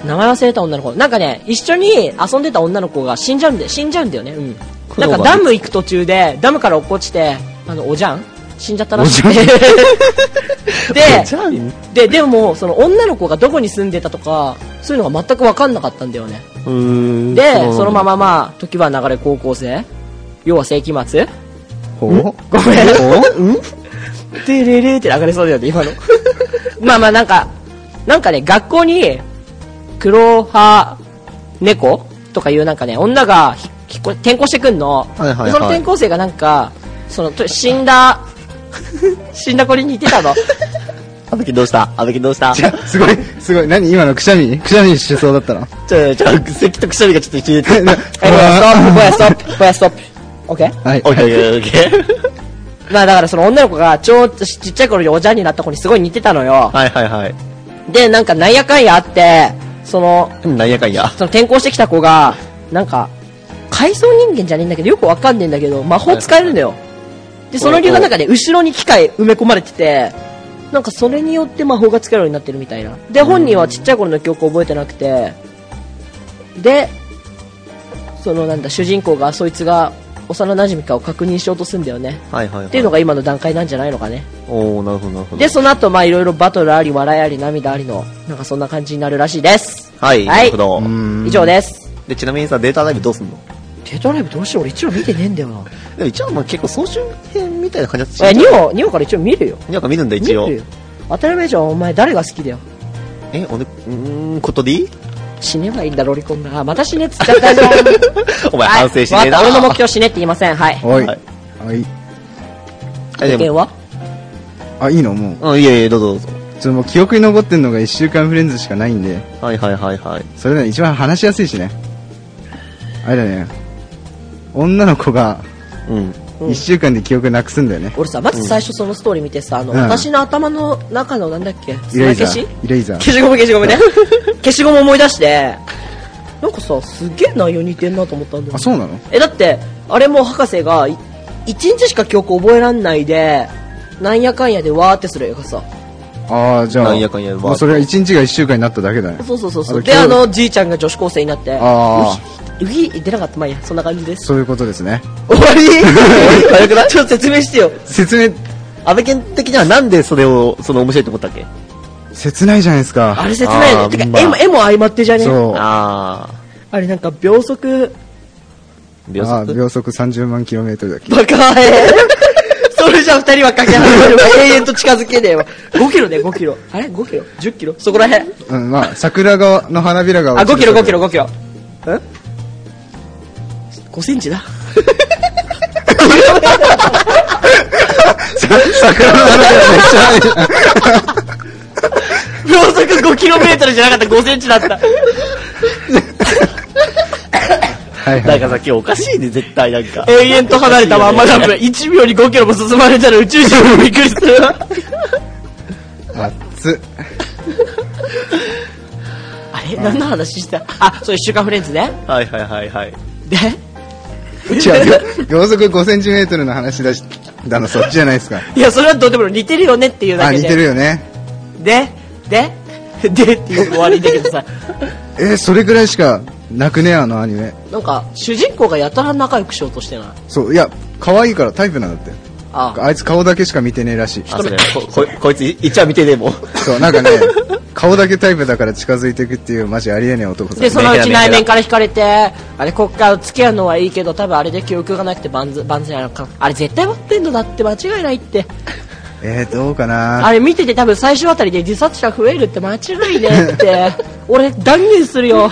A: 名前忘れた女の子。なんかね、一緒に遊んでた女の子が死んじゃうんだよ。死んじゃうんだよね。うん。
C: 黒
A: なん
C: が
A: かダム行く途中で、ダムから落っこちて、あの、おじゃん死んじゃったらしい。
B: お じ ゃん
A: で、
C: ゃあ、うん。
A: で、でも、その女の子がどこに住んでたとか、そういうのが全くわかんなかったんだよね。
C: ーん
A: で、そのま。ままあ、時は流れ高校生要は世紀末
B: ほうご
A: ごめん
B: ん
A: てれれって流れそうだよね、今の。 まあまあ、なんか、なんかね、学校に、黒羽猫とかいうなんかね、女がひ引っ越転校してくんの。
C: はいはいはい
A: でその転校生がなんか、その、と死ん だ、死んだ子に似てた の。
C: あぶきどうしたあぶきどうした
B: じゃすごい、すごい。何今のくしゃみくしゃみしそうだったの
C: ちょ、ちょ、咳とくしゃみがちょっと一緒に出て
A: え、
C: る。
A: ごめん、ストップ、ごめん、ストップ、ごめん、ストップ。オッケー
B: はい
C: オ。ッケーオッケーオッケー。
A: まあだからその女の子が、ちょう、ちちっちゃい頃におじゃんになった子にすごい似てたのよ。
C: はいはいはい。
A: で、なんかなんやかんやあって、その、
C: なんやかんや。
A: その転校してきた子が、なんか、階層人間じゃねえんだけど、よくわかんねえんだけど、魔法使えるんだよ。で、その理由がなんかね、後ろに機械埋め込まれてて、なんかそれによって魔法が使えるようになってるみたいな。で、本人はちっちゃい頃の記憶を覚えてなくて、で、そのなんだ、主人公が、そいつが、幼馴染かを確認しようとするんだよね。
C: はいはい、はい。
A: っていうのが今の段階なんじゃないのかね。
C: おおなるほどなるほど。
A: で、その後、まあいろいろバトルあり、笑いあり、涙ありの、なんかそんな感じになるらしいです。
C: はい、
A: はい
C: なるほど。
A: 以上です。
C: で、ちなみにさ、データライブどうすんの
A: デートライブどうしよう俺一応見てねえんだよな。
C: でも一応もう結構総集編みたいな感じだ
A: え、
C: った
A: ニオ、ニオから一応見るよ。
C: なんか見るんだ
A: 見る
C: 一応。
A: よ。当たり前じゃん、お前誰が好きだよ。
C: え、俺、うーん、ことでいい
A: 死ねばいいんだ、ロリコンが。あまた死ねっつっちゃったよ。
C: お前反省しねえな。
A: はいわかった俺の目標死ねって言いません。はい。
B: おい。
C: はい
B: はい。
C: え
A: 意
C: で
A: 見
C: も
A: は
B: あ、いいのもう。
C: うん、いやいや、どうぞどうぞ。
B: ちょ、もう記憶に残ってんのが一週間フレンズしかないんで、
C: はいはいはいはい。
B: それなら一番話しやすいしね。あれだね。女の子が
C: うん。
A: うん
B: 一週間で記憶なくすんだよね。
A: 俺さ、まず最初そのストーリー見てさ、あの、
B: うん
A: 私の頭の中のなんだっけ、
B: イ
A: 砂
B: レイザ
A: 消し
B: ー。イレイザー。
A: 消しゴム消しゴ ムね。消しゴム思い出して、なんかさ、すげえ内容似てんなと思ったんだよ
B: あ、。そうなの
A: えだってあれも博士がい一日しか記憶覚えらんないでなんやかんやでわーってする映画さ
B: ああ、じゃあ。
C: なんやかんや
B: まあ、それは一日が一週間になっただけだね。
A: そうそうそうそ
B: あ
A: う
B: と今
A: で
B: 日
A: あのじいちゃんが女子高生になってう
B: あ
A: ひうひ出なかったまあいいやそんな感じです
B: そういうことですね。
A: 終わり 早くない ちょっと説明してよ
B: 説明、
C: 安倍健的にはなんでそれを、その面白いと思ったっけ
B: 切ないじゃないです
A: あ
B: か。
A: れ切ないよね
C: あー
A: てか、
C: まあ
A: 絵も絵も相まってじゃね
B: そう。あ
C: あ
A: あれなんか秒速
C: ー、秒
B: ー
C: 速
B: 秒速30万キロメートルだっけ。
A: バカえ それじゃ二人はかけ離れるわ 永遠と近づけねえわ5キロね5キロあれ5キロ10キロそこらへん
B: うん、まあ、桜川の花びらが
A: あ、5キロ、5キ
B: ロ。
A: ロ、5キロ。ん ?5 センチだ。
B: 桜の花びらめっちゃ花び ら
A: 秒速5キロメートルじゃなかった、5センチだった。
B: はいは
C: ないん。かさ、今日おかしいね、絶対なんか。
A: 永遠と離れたまんまだ ぶ1秒に5キロも進まれたら宇宙人もびっくりするわ。
B: 熱っ
A: あれ何の話したあ、そう、一週間フレンズね。
C: はいはいはいはい。
A: で
B: 違う、秒速5センチメートルの話だし、だの、そっちじゃないですか。
A: いや、それはどうでもいい似てるよねっていうだ
B: あ、
A: け
B: 似てる
A: で。
B: よね。
A: で、で、でっていう終わりだけど さ、
B: えー、それぐらいしかなくねあのアニメ。
A: なんか、主人公がやたら仲良くしようとしてない。
B: そう、いや、可愛いからタイプなんだって。
A: あ
B: あいつ顔だけしか見てねえらしい。
C: あ、そうだよ。こ、ここいつ、いっちゃ見てねえもん。
B: そう、なんかね、顔だけタイプだから近づいていくっていう、マジありえねえ男さん
A: で、。そのうち
C: メガネ
A: 内面から惹かれて、あれ、こっから付き合うのはいいけど、多分あれで記憶がなくて万全、 万全なのかな。あれ、絶対バってんのだって間違いない って。
B: えー、どうかな
A: あれ見てて多分最初あたりで自殺者増えるって間違いねえって。 俺、断言するよ。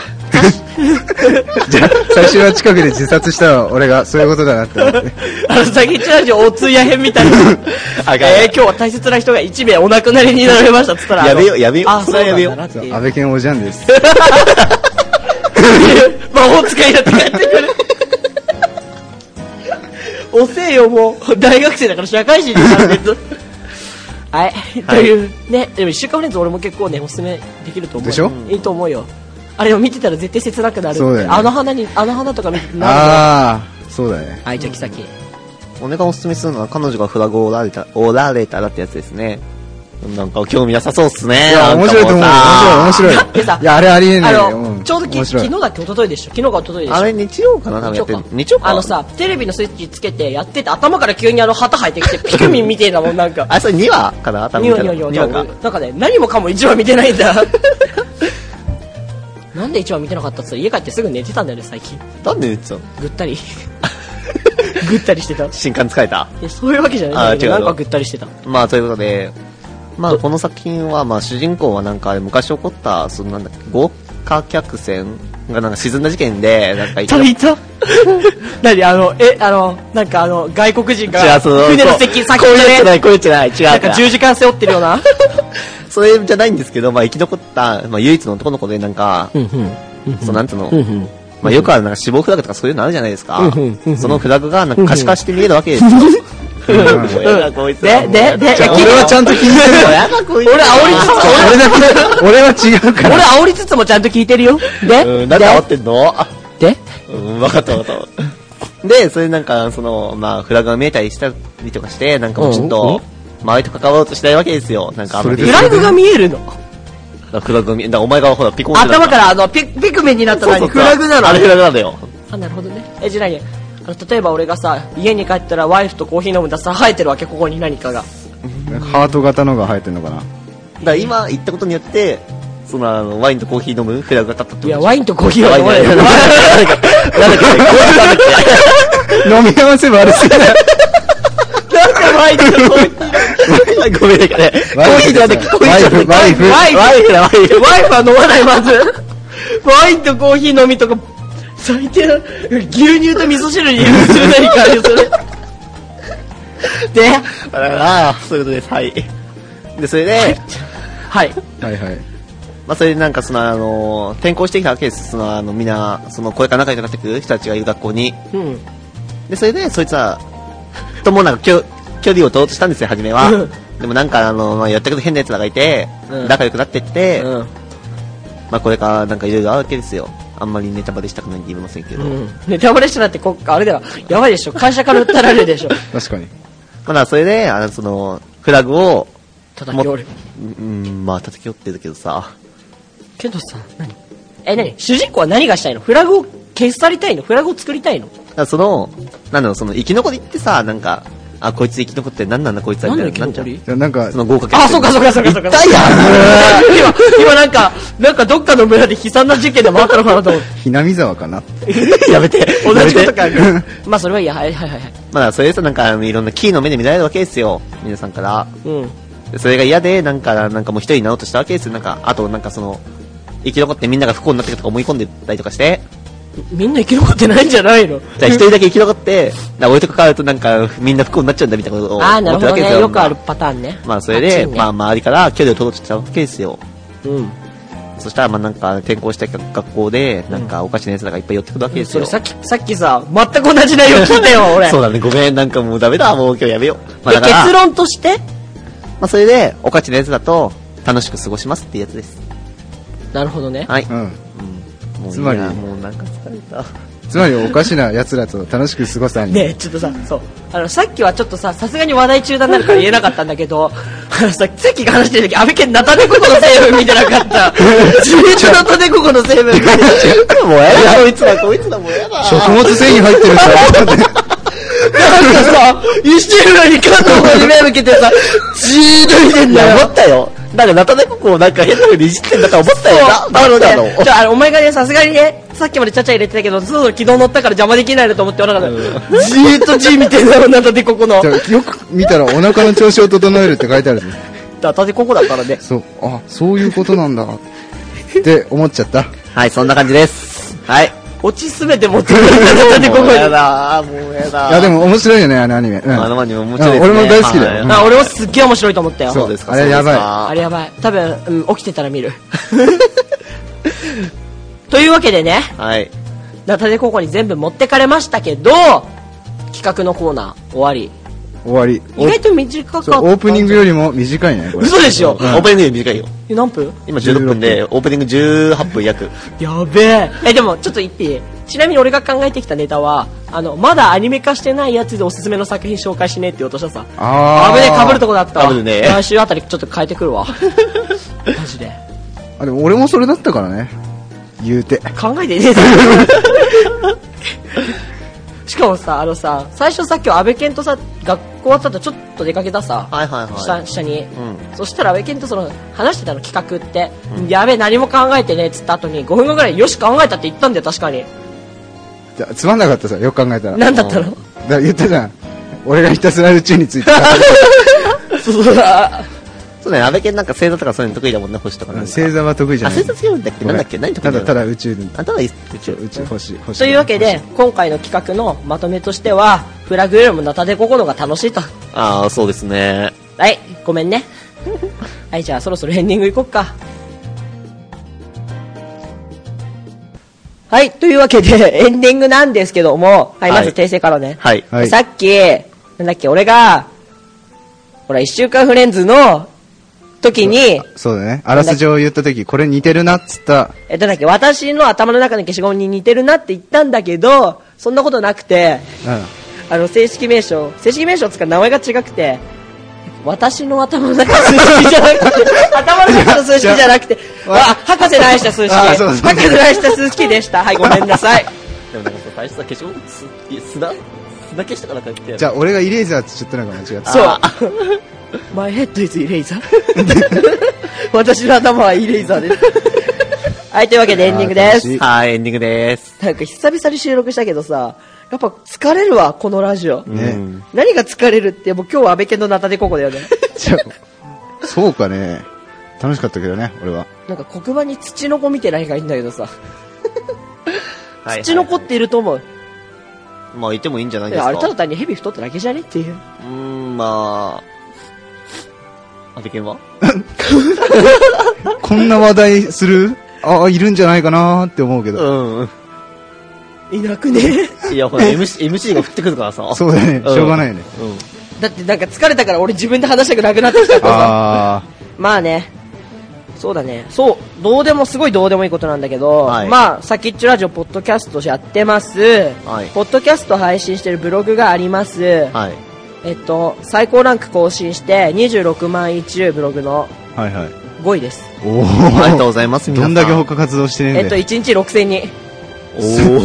B: じゃあ、最初は近くで自殺したら俺が、そういうことだ なって思って。
A: あの、先チラジオお通夜編みたいな。
C: あかん
A: えー、今日は大切な人が1名お亡くなりになられましたっつったら。あの
C: やめようやめよう
A: あ、そ
C: そうれは
A: な
C: やめ
A: ん
C: よう
A: だなって
B: そう、
A: いう
B: 安。倍健おじゃんです。
A: 魔法使いだって帰って くる。遅えよ、もう。大学生だから社会人になってる。はい、という、ね、でも一週間フレンズ俺も結構ね、おすすめできると思う。
B: でしょ
A: いいと思うよ。あれを見てたら絶対切なくなる。
B: そうだよね
A: あの花に、あの花とか見てなるあ
B: あー、そうだね。
A: はい、じゃあ、先。
C: 俺がおすすめするのは彼女がフラグを折られた、折られたらってやつですね。なんか興味なさそうっすね。
B: いや、面白いと思うよ。面白い、
A: だっ
B: 面
A: て
B: 白
A: さ
B: い。いや、あれありえね
A: あ
B: えよ。
A: の、
B: ん
A: ちょうどき
B: 面
A: 昨
B: 白い
A: 日だっけ、一昨日でしょ昨日か一昨日でしょ
C: あれ日曜かな多分
A: 日
C: や
A: 曜
C: ってる
A: か。
C: 日曜か。
A: あの。さ、テレビのスイッチつけてやってて、頭から急にあの旗生えてきて、ピクミンみてえだもん、なんか。
C: あ、それ2話かな多分
A: ニオ
C: 見た
A: ニ
C: の
A: オニオ
C: 二話か。
A: なんかね何もかも一話見てないんだ なんで一話見てなかったっつったら家帰ってすぐ寝てたんだよね最近
C: なんで言ってたの
A: ぐったり ぐったりしてたい
C: 新刊疲れた
A: やそういうわけじゃないんだけどな
C: あ違うん
A: かぐったりしてた
C: まあ、ということで、まあ、この作品は、まあ、主人公はなんか、昔起こった、そのなんだっけ、豪華客船がなんか沈んだ事件で、なんか、
A: いた 何あのえあのなんかあの外国人
C: 違
A: が
C: うその
A: 船の席先
C: こういうやつじ
A: で
C: ゃな
A: ね
C: い、こういうやつじゃない、違う
A: なん
C: か。
A: から十字架背負ってるような
C: それじゃないんですけど、まあ、生き残った、まあ、唯一の男の子で、なんか、そのなんつうの、まあ、よくある、なんか死亡フラグとかそういうのあるじゃないですか。そのフラグが、なんか可視化して見えるわけですよ。もうやだこいつは
A: で、で、で、
B: じゃあ
A: え聞いて
B: 俺はちゃんと聞いて る
C: もう
B: よ。
C: やだこいつ
A: 俺煽りつつも、
B: 俺だけ、俺は違うから。
A: 俺煽りつつもちゃんと聞いてるよ。で、
C: うん、なんで煽っ
A: で、
C: てんのあ
A: で、
C: うん、わかったわかった。で、それでなんか、その、まあ、フラグが見えたりしたりとかして、なんかもうちょっと、周りと関わろうとしないわけですよ。なんかあんまり、
B: そ
A: フ
B: れで
A: ラグが見えるの。
C: あフラグが見え、だからお前がほら、ピコンってな、
A: 頭かららあの、ピピクミンになった
C: そう
A: 何
C: そう
A: フラグなの
C: あれフラグなんだよ。
A: あ、なるほどね。え、じゃあ何あの、例えば俺がさ、家に帰ったらワイフとコーヒー飲むんださ、生えてるわけ、ここに何かが。
B: ハート型のが生えてんのかな。
C: だから今言ったことによって、その、あの、ワインとコーヒー飲むフラグが立ったってこと
A: いや、ワインとコーヒーは
C: ワイ
A: 飲
C: ン
A: ま
C: じゃ
A: な
C: ないい。なんだっけなんだっけコーヒーなんだっ
B: 飲み合わせ 悪すぎだよ。
A: なんかワインとコーヒー。
C: けごめんなさいね。コーヒーなんだっけコーヒー
B: ワイフ、ワイフ。
A: ワイフ
C: ワイフだ、ワイフ。
A: ワイフは飲まない、まず。ワインとコーヒー飲みとか、最低な、牛乳と味噌汁に優秀な何かあるよ、それ。で、
C: あらあ、そういうことです。はい。で、それで、
A: はい。
B: はいはい。
C: まあ、それでなんかその、あのー転校してきたわけです。その、あの、みんな、その、これから仲良くなってくる人たちがいる学校に。
A: うん。
C: で、それで、そいつは、ともなんか、きょ距離を取ろうとしたんですよ、初めは
A: うん。
C: でもなんか、あの、まあ、やったけど変な奴らがいて、
A: うん
C: 仲良くなってって、
A: うん。
C: まあ、これからなんかいろいろあるわけですよ。あんまりネタバレしたくないんで言いませんけど。
A: うん。ネタバレしたって、こあれだよ。やばいでしょ。会社から訴えられるでしょ。
B: 確かに。
C: まあ、だからそれで、あの、その、フラグを、
A: 叩き折る。
C: もうん、まあ、叩き寄ってるけどさ。
A: けどさ、何え、何主人公は何がしたいのフラグを消し去りたいのフラグを作りたいの
C: だからその、なんだろう、その、生き残りってさ、なんか、あ、こいつ生き残って何なんだこいつは、
A: 何
C: みた
A: の生
C: いに
A: き
C: なっちゃ
A: 残
C: う。
A: り
B: じゃあなんか
C: そ、の合格
A: あ、そうかそうかそうかそうか。痛いや今、今なんか、なんかどっかの村で悲惨な事件でもあったのかなと思って。
B: ひなみざわか な。
C: やめて。
A: 同じこと
C: か。
A: まあそれはいいや、はいはいはいはい。
C: まあ、それさ、なんか、あのいろんなキーの目で見られるわけですよ。皆さんから。
A: うん。
C: でそれが嫌で、なんか、なんかもう一人になろうとしたわけですよ。なんか、あと、なんかその、生き残ってみんなが不幸になってるとか思い込んでたりとかして。
A: みんな生き残ってないんじゃないの
C: じゃあ一人だけ生き残って、な俺と関わるとなんか、みんな不幸になっちゃうんだみたいなことを思
A: あ
C: っ
A: あ、
C: て
A: な
C: る
A: る
C: わ
A: ほど
C: けです
A: ね。
C: よ。
A: よくあるパターンね。
C: まあ、それで、
A: 熱いね
C: まあ、周りから距離を取ろうとしたわけですよ。
A: うん。
C: そしたら、まあ、なんか、転校した学校で、なんか、おかしな奴らがいっぱい寄ってくるわけです
A: そ
C: よ。
A: れさっき、さっきさ、全く同じ内容聞いた よ、俺。
C: そうだね、ごめん、なんかもうダメだ、もう今日やめよう。まあ、
A: で
C: だから
A: 結論として
C: まあ、それで、おかちのやつだと、楽しく過ごしますってやつです。
A: なるほどね。
C: はい。
B: うん。
C: もうい
B: つ
C: いな
B: まり
C: もうなんか疲れた。
B: つまりおかしな奴らと楽しく過ごすアニメ。
A: ねえちょっとさ、そう。あの、さっきはちょっとさ、さすがに話題中断になるから言えなかったんだけど、 あのさ、関が話してる時、安倍県ナタデココの成分見てなか った。自分のナタデココの成分見てなかった。
C: もうやだ、こいつだ、こいつだ、もうやだ。
B: 食物繊維入ってる さ。
A: なんかさ、一瞬のに加藤に目向けてさ、じーっと見てん
C: い
A: だ
C: や、
A: よ。
C: 思ったよ。なんか、ナタデココをなんか変な風にいじってんだから思ったよ。な、なるだろ
A: じゃあ、あのお前がね、さすがにね、さっきまでちゃちゃ入れてたけど、そろそろ軌道乗ったから邪魔できないなと思っておらなかった。じーっと G 見てんだよ、ナタデココ の。
B: じゃあよく見たらお腹の調子を整えるって書いてあるね。
A: ナタデココだからね。
B: そう、あ、そういうことなんだ。って思っちゃった。
C: はい、そんな感じです。はい。
A: 落ちすべて持ってくるんだ、ナタデココ
C: もうや
A: に。
C: だ、もうやだ。
B: いやでも面白いよね、あのアニメ。うん
C: あのアニメ面白いですね
B: うん俺も大好きだよ。
C: は
B: う
C: い
B: ん
A: あ、俺もすっげえ面白いと思ったよ。
B: そう
C: そうですか、
B: あれやばい
A: あ
C: い。
A: れやばい。多分、うん、起きてたら見る。 というわけでね、
C: はい。
A: ナタデココに全部持ってかれましたけど、企画のコーナー終わり。
B: 終わり。
A: 意外と短かっ
B: そう
A: た。
B: オープニングよりも短いね、これ。
A: 嘘でしょ
C: オープニングより短いよ。
A: え何分
C: 今16分で、オープニング18分約。
A: やべえ。え、でも、ちょっと言っていいちなみに俺が考えてきたネタは、あの、まだアニメ化してないやつでおすすめの作品紹介しねえって言おうとしたさ。
B: あ
A: あ
B: ー。
A: ぶねえ、被るとこだったわ。
C: 被るね
A: 来週あたりちょっと変えてくるわ。 マジで。
B: あ、でも俺もそれだったからね。言うて。
A: 考えてねえぞ しかもさあのさ最初さっき安部健とさ学校終わった後ちょっと出かけたさ、
C: はいはいはい
A: 下下に、
C: う
A: そしたら安部健とその話してたの企画って、やべえ何も考えてねえっつった後に5分後ぐらいよし考えたって言ったんだよ確かに
B: じゃあつまんなかったさ、よく考えたら。だ
A: 何だったの
B: から言ったじゃん。俺がひたすら宇宙につい て語る。
A: そうそうあ
C: そうね、安倍健なんか星座とかそういうの得意だもんね、星とかなんか。
B: 星座は得意じゃ
C: あ、
B: ない。
C: 星座強いんだっけなんだっけ何とか
B: ただただ宇宙に。
C: あ、ただいいっす一応
B: 宇宙、星、星。
A: というわけで今回の企画のまとめとしてはフラグよりもナタデココのが楽しいと
C: ああ、そうですね。
A: はいごめん ねはいじゃあそろそろエンディングいこっかはいというわけでエンディングなんですけどもはいまず
C: はい
A: 訂正からね、
C: はい。
B: はい
A: さっきなんだっけ、俺が、ほら、一週間フレンズの時に、
B: そうだね。あらすじを言った時、これ似てるなっつった。
A: えっと、なんだっけ、私の頭の中の消しゴムに似てるなって言ったんだけど、そんなことなくて、
B: う
A: あの、正式名称、正式名称つか名前が違くて、私の頭の中の数式じゃなくて、頭の中の数式じゃなくて、
B: ゃ
A: あ、博士の愛した数式。
B: あそうそう
A: 博
B: そう
A: 士の愛した数式でした。はい、ごめんな さい。
D: でもなんかさ、最初さ、消しゴム、す、いや砂砂消しとかなんか言って
B: ん。じゃあ、俺がイレーザーっつっちゃったのが間違った。
A: そう。My head is eraser. 私の頭はイレイザーです。はい、というわけでエンディングで
B: あー楽し
A: す
B: い。
C: はい、エンディングでーす。
A: なんか久々に収録したけどさ、やっぱ疲れるわ、このラジオ。
B: ね
C: うん
A: 何が疲れるって、もう今日は安倍健のナタデココだよね。
B: じゃあそうかね。楽しかったけどね、俺は。
A: なんか黒板に土の子見てないがいいんだけどさ、
C: はいはい
A: 土の子っていると思う。
C: まあ、いてもいいんじゃない
A: い
C: です
A: や
C: か。
A: あれただ単に蛇太っただけじゃねって いう。
C: うーん、まあ。あてけんは
B: こんな話題するああ、いるんじゃないかなーって思うけど。
C: うん。
A: いなくね
D: いや、ほら、MC、MC が降ってくるからさ。
B: そうだね。し
D: ん
B: ょうがないよね。
A: だってなんか疲れたから俺自分で話したくなくなってきたからさ。
B: あ
A: まあね。そうだね。そう。どうでも、すごいどうでもいいことなんだけど、
C: はい
A: まあ、さきっちょラジオ、ポッドキャストやってます。
C: はい
A: ポッドキャスト配信してるブログがあります。
C: はい。
A: えっと、最高ランク更新して、26万位中、ブログの
B: ー。はいはい。
A: 5位です。
B: お
C: ありがとう
B: お
C: ご。ざいます、皆
B: ど
C: さ
B: ん
C: ん。
B: だけ他活動してね
A: え
B: えん
A: っと、
B: だよ。
A: 1日6000人。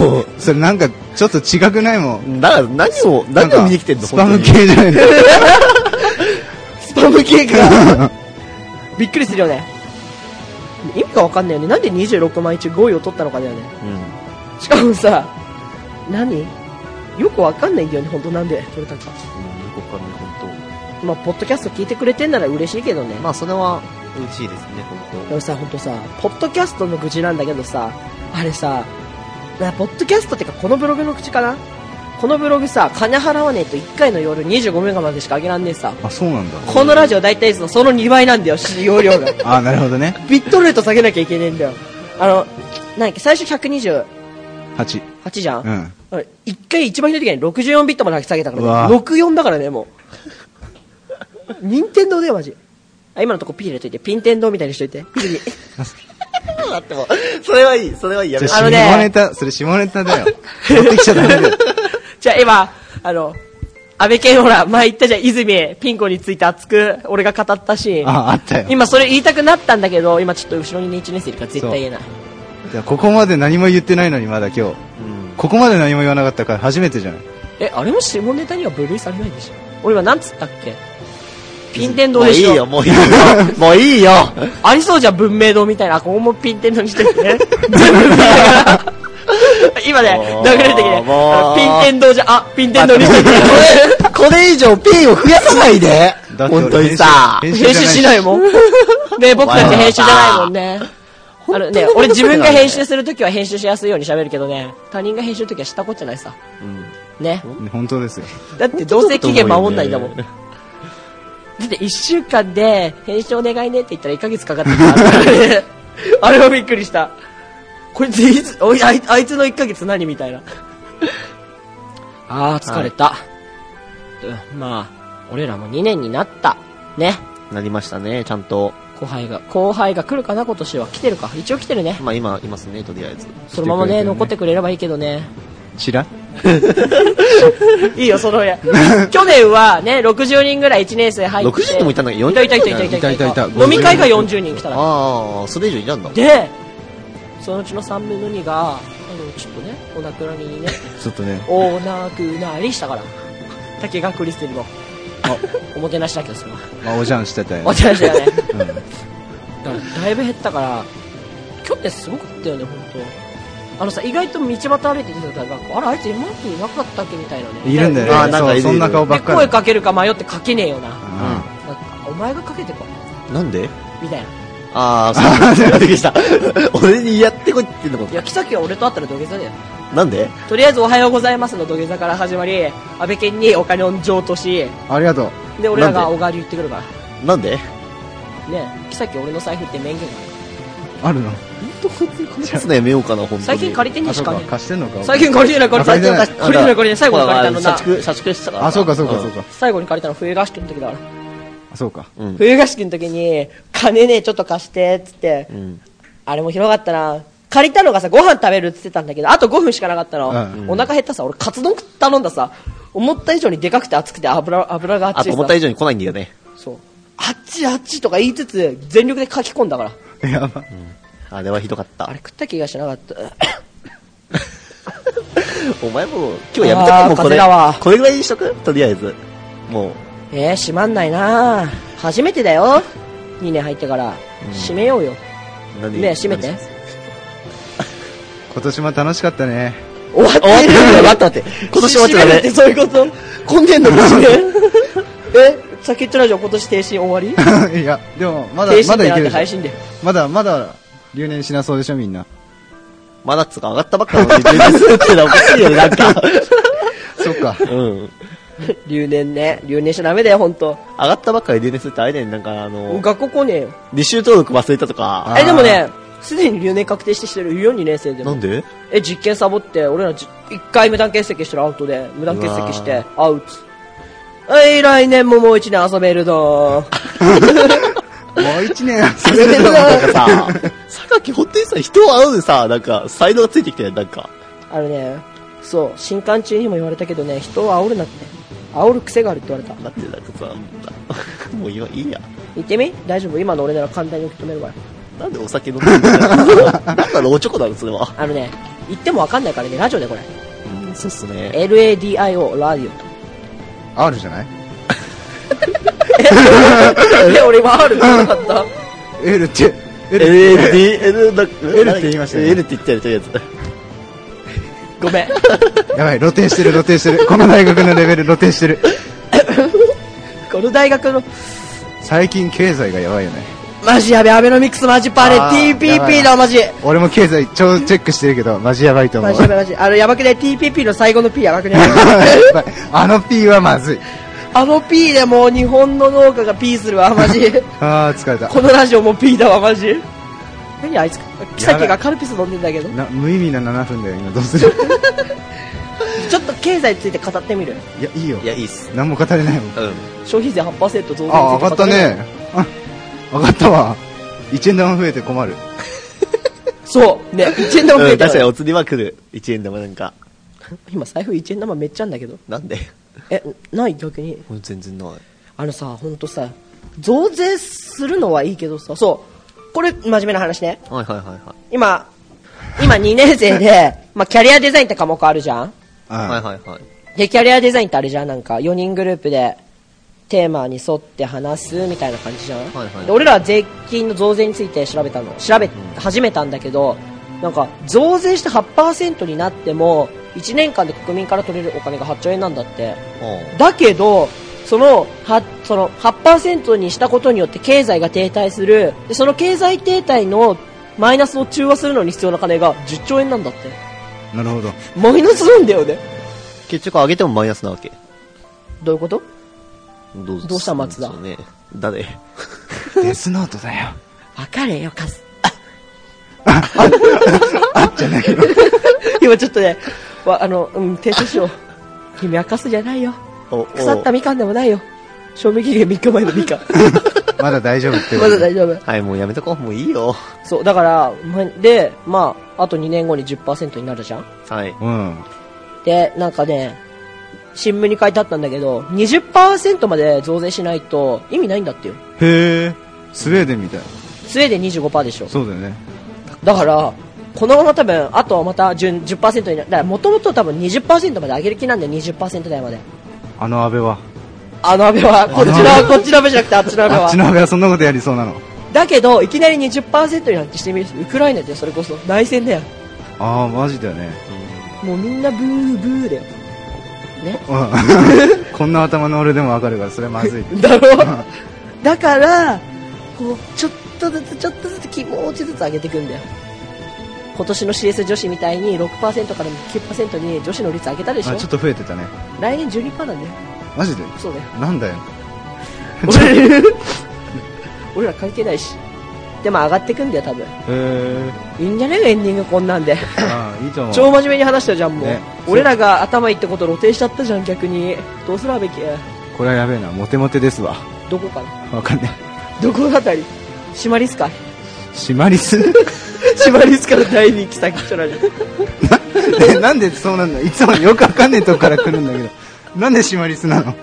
C: おお。
B: それなんか、ちょっと違くないもん。
C: な、何を、
B: なん
C: 何
B: か
C: を見に来てんの
B: スパム
C: 本当に
B: 系じゃないの。
A: スパム系がびっくりするよね。意味がわかんないよね。なんで26万位中5位を取ったのかだよね。しかもさ、何よくわかんないんだよね、本当なんで取れたか。
C: うん。ここからね、本
A: まあ、ポッドキャスト聞いてくれてんなら嬉しいけどね
C: 当。まあ、それは、嬉しいですね、本
A: でもさ、ほんとさ、ポッドキャストの愚痴なんだけどさ、あれさ、なポッドキャストってかこのブログの口かなこのブログさ、金払わねえと1回の夜25メガまでしか上げらんねえさ。
B: あ、そうなんだ。
A: このラジオ大体その2倍なんだよ、使用量が。
B: あ、なるほどね。
A: ビットレート下げなきゃいけねえんだよ。あの、なんだっけ、最初128
B: 8。
A: じゃん、
B: うん。
A: あれ一回一番ひどい時に64ビットまで下げたか
B: う
A: ら
B: わ
A: ね。64だからね、もう。任天堂だよ、マジ。あ、今のとこピー入れといて、ピンテンドーみたいにしといて。ピーに。
C: 当。だっても、それはいい、それはいい、や
B: じ
C: め
B: ゃ
A: あ
B: あ、
A: の
B: 下
A: ね
B: ネタ、それ下ネタだよ。持ってきちゃダメだよ。
A: じゃあ今、あの、安倍健ほら、前言ったじゃん、泉、ピン子について熱く、俺が語ったシーン。
B: あ、あったよ。
A: 今それ言いたくなったんだけど、今ちょっと後ろにね、1年生いるから絶対言えない。
B: じゃあここまで何も言ってないのにまだ今日。ここまで何も言わなかったから初めてじゃない。
A: え、あれも下ネタには分類されないでしょ俺はなんつったっけピンテンド
C: も
A: ー
C: う
A: で
C: い
A: し
C: い
A: ょ
C: よ、もういいよ。もういいよ。
A: ありそうじゃん、文明堂みたいな。ここもピンテンドーにして るね。今ね、
C: もう
A: 殴れる時ね、
C: もう
A: あのピンテンドーじゃ、あ、ピンテンドーにしてるね。
C: これ以上、ピンを増やさないで。
B: だって俺
C: 本当にさ。
B: 編集
A: 編集しないもん。ね僕たち編集じゃないもんね。あのね、俺自分が編集するときは編集しやすいように喋るけどね、他人が編集するときは知ったこっちゃないさ。ね。
B: ね本当ですよ。
A: だってどうせ期限守んないんだもん。
C: 本当
A: だ
C: だ
A: って一週間で編集お願いねって言ったら一ヶ月かかってたからね。あれはびっくりした。これいつ、おいあいあいつの一ヶ月何みたいな。あー疲れた。うんまあ、俺らも2年になった。ね。
C: なりましたね、ちゃんと。
A: 後輩が、後輩が来るかな今年は。来てるか。一応来てるね。
C: まあ、今、いますね、とりあえず。
A: そのままね、残ってくれればいいけどね。
B: チラ
A: いいよ、その上。 去年はね、60人ぐらい1年生入って。
C: 60人もいたんだけど
A: いたいたいたいたいた
B: いたいたいた
A: 飲み会が40人来たら。
C: ああ、それ以上いらんだ。
A: で、そのうちの3分の2が、あの、ちょっとね、お亡くなりに ね、
B: ちょっとね。
A: お亡くなりしたから。竹がクリステルの。 おもてなしだけど、それは。
B: まあ、おじゃんしてた
A: おも
B: よ
A: て
B: ね。
A: なしだよね。
B: うん
A: だからだいぶ減ったから今日ってすごかったよね本当あのさ意外と道端歩いててたらなんかあれあいつ今までいなかったっけみたいなね
B: いるんだ
A: で
B: よ
C: あ
B: ね。
C: なんか
B: そ
C: いうる
B: そんな顔ばっか
A: 声
B: り。
A: かけるか迷ってかけねえよななん
B: うん
A: かお前がかけてこ
C: なんで
A: みたいな
C: ああ、そう。びっくりした。俺にやってこいって言うの
A: い
C: か
A: や来たけは俺と会ったら土下座だよ
C: なんで
A: とりあえず「おはようございます」の土下座から始まり安倍健にお金を譲渡し
B: ありがとう。
A: で俺らが
C: なん
A: お代わり言ってくるから
C: なんで
A: ねえ来たけ俺の財布って面言がある
B: あるの
C: 金出すのやめようかな、本当に。
A: 最近借りてん
B: あ、
A: ね
B: そ
A: し
B: う
A: か
B: か
A: ね。
B: 貸してんのか。
A: 最近借りてない、借りてない。
B: あ借
A: 借り
B: り
A: てない、借りてない。最後に借りたの
D: 社
A: な。
D: 畜、社畜してたから。
B: あ、そうか、そうか、
C: ん
B: そうか。
A: 最後に借りたの冬合宿の時だから。
B: あ、そうか。
C: うん。
A: 冬合宿の時に、金ね、ちょっと貸して、つって
C: う。ん。
A: あれも広がったな。借りたのがさ、ご飯食べるっつってたんだけど、あと5分しかなかったの。
B: うん
A: お腹減ったさ、俺カツ丼頼んださ。思った以上にでかくて熱くて油、油が熱
C: あ
A: いさ。
C: と思った以上に来ないんだよね。
A: そう。あっちあっちとか言いつつ、全力で書き込んだから。
B: やば。
C: あれはひどかった
A: あれ。食った気がしなかった。
C: お前もう、今日やめと
A: あ
C: く
A: ー
C: もうこ
A: 風
C: れ
A: だわ。
C: これぐらいにしとくとりあえず。もう、
A: えー、閉まんないなあ初めてだよ。2年入ってから。閉めようよ。
C: 何
A: ねえ閉めて。
B: 今年も楽しかったね。
A: 終わって
C: 終わって
A: る
C: る待って待って。 今年終わっちゃ
A: 閉める
C: ダ
A: って
C: メ。
A: そういうこと混んでんのかしね。 え、さっき言ったラジオ今年停止終わり
B: いや、でも、まだ
A: 停、止
B: ま
A: っ
B: だ
A: て
B: い
A: な
B: け
A: って
B: るで
A: 配
B: し
A: 信で。
B: ょ。まだ、まだ、留年しなそうでしょ、みんな。
C: まだっつうか上がったばっかなのに、全然するってのはおかしいよね、なんか。
B: そっか。
C: うん。
A: 留年ね。留年しちゃダメだよ、ほんと。
C: 上がったばっかり留年するってあれだよね、なんかあの、
A: 学校来ねえよ。
C: 履修登録忘れたとか。
B: あ
A: え、でもね、すでに留年確定してしてる4、2年生でも
C: なん。で
A: え、実験サボって、俺らじ1回無断欠席したらアウトで、無断欠席して、アウト。はい、来年ももう1年遊べるぞ
B: もう一年
C: それでもなんかさ、榊本当にさ、人を会うでさ、なんか、才能がついてきたよ、なんか。
A: あのね、そう、新刊中にも言われたけどね、人を煽るなって。煽る癖があるって言われた。
C: だってなんかさ、もう今いいや。
A: 言ってみ大丈夫今の俺なら簡単に受け止めるから。
C: なんでお酒飲んでるんだなんかのおちょこなの、それは。
A: あのね、言ってもわかんないからね、ラジオでこれ。
C: うん、そうっすね。
A: LADIO、ラディオ。
B: あるじゃない
A: え、俺今 R って言わなかった
B: ?L って、L
C: LD、L、な、L
B: L って言いましたよね
C: L って言ったよ、とりあえず。
A: ご めん。
B: やばい、露呈してる、露呈してる。この大学のレベル露呈してる。
A: この大学の、
B: 最近経済がやばいよね。
A: マジやべ、アベノミクスマジパレ、
B: あーやばい
A: TPP
B: な
A: だ、マジ。
B: 俺も経済超チェックしてるけど、マジやばいと思
A: マ
B: う。
A: ジやばいマジ。あの、やばくね、TPP の最後の P やば くね。
B: やばいあの P はまずい。
A: あの P でもう日本の農家が P するわ、マ ジ。
B: あー、疲れた。
A: このラジオも P だわ、マジ。何あいつ、キサキがカルピス飲んでんだけど。
B: な無意味な7分だよ、今ど うする
A: ちょっと経済について語ってみる。
B: いや、いいよ
C: い。や、いいっす。
B: 何も語れないもん。
C: うん。
A: 消費税8%増税について
B: あー、上
A: 語
B: がった
A: みる。
B: ね。あ、上がったわ。1円玉増えて困る。
A: そう。 ね、1円玉増
C: う
A: え
C: ん、
A: た
C: 確かに
A: よ。
C: お釣りは来る。1円玉なんか。
A: 今財布1円玉めっちゃあんだけど。
C: なんで
A: え、ない逆に。
C: もう全然ない。
A: あのさ、ほんとさ、増税するのはいいけどさ、そう。これ、真面目な話ね。
C: はいはいはいはい。
A: 今、今2年生 で、まあ、キャリアデザインって科目あるじゃん
C: はい
B: あ
C: はいはい。
A: で、キャリアデザインってあれじゃんなんか、4人グループで、テーマに沿って話すみたいな感じじゃん、
C: はいはい
A: で俺らは税金の増税について調べたの。調べ、始めたんだけど、なんか、増税して8%になっても、1年間で国民から取れるお金が8兆円なんだって。
C: う
A: だけど、その、は、その、8%にしたことによって経済が停滞する。で、その経済停滞のマイナスを中和するのに必要な金が10兆円なんだって。
B: なるほど。
A: マイナスなんだよね。
C: ん。結局上げてもマイナスなわけ。
A: どういうこと
C: どう
A: どうした松田
C: そうね。誰
B: デスノートだよ。
A: わかれよ、カズ。
B: あっじゃないけど。
A: 今ちょっとね、わあの、うん、停止しよう。君はカスじゃないよ。
C: おお
A: 腐ったみかんでもないよ。賞味期限3日前のみかん。
B: まだ大丈夫って こ
A: ま
B: と
A: だ大丈夫。
C: はい、もうやめとこう。もういいよ。
A: そう、だから、まで、まあ、あと2年後に10%になるじゃん。
C: はい。
B: うん。
A: で、なんかね、新聞に書いてあったんだけど、20%まで増税しないと意味ないんだってよ。
B: へえ。スウェーデンみたい。
A: スウェーデン25%でしょ。
B: そうだよね。
A: だから、このまま多分、あとはまた10 10%になる。だから、もともと多分20%まで上げる気なんだよ、20%台まで。
B: あの安倍は。
A: あの安倍は、こっち
B: あの安
A: の、こっちの安倍じゃなくて、あっちの安倍
B: あっちの
A: は。
B: 安倍はそんなことやりそうなの。
A: だけど、いきなり20%になってしてみると、ウクライナだよ、それこそ。内戦だよ。
B: ああ、マジだよね。
A: もうみんなブーブーだよ。ね。
B: うん。こんな頭の俺でもわかるから、それまずい。
A: だろ だから、こう、ちょっとずつちょっとずつ気持ちずつ上げていくんだよ。今年の CS 女子みたいに6%から9%に女子の率上げたでしょ
B: あ、ちょっと増えてたね。
A: 来年12%なんだよ。
B: マジで
A: そうだよ。
B: なんだよ。
A: 俺ら、俺ら関係ないし。でも上がってくんだよ、多分。
B: え
A: いいんじゃねエンディングこんなんで。
B: ああいいと思う
A: 超真面目に話したじゃん、もう
B: ね。
A: 俺らが頭いいってこと露呈しちゃったじゃん、逆に。どうすらべき
B: これはやべえなモテモテですわ
A: どこかな
B: わかんね
A: どこあたりシマリスかい
B: えシマリス
A: シマリスから第二期先っちょラジオ。
B: ねなんでそうなんだいつもよくわかんねえとこから来るんだけどなんでシマリスなの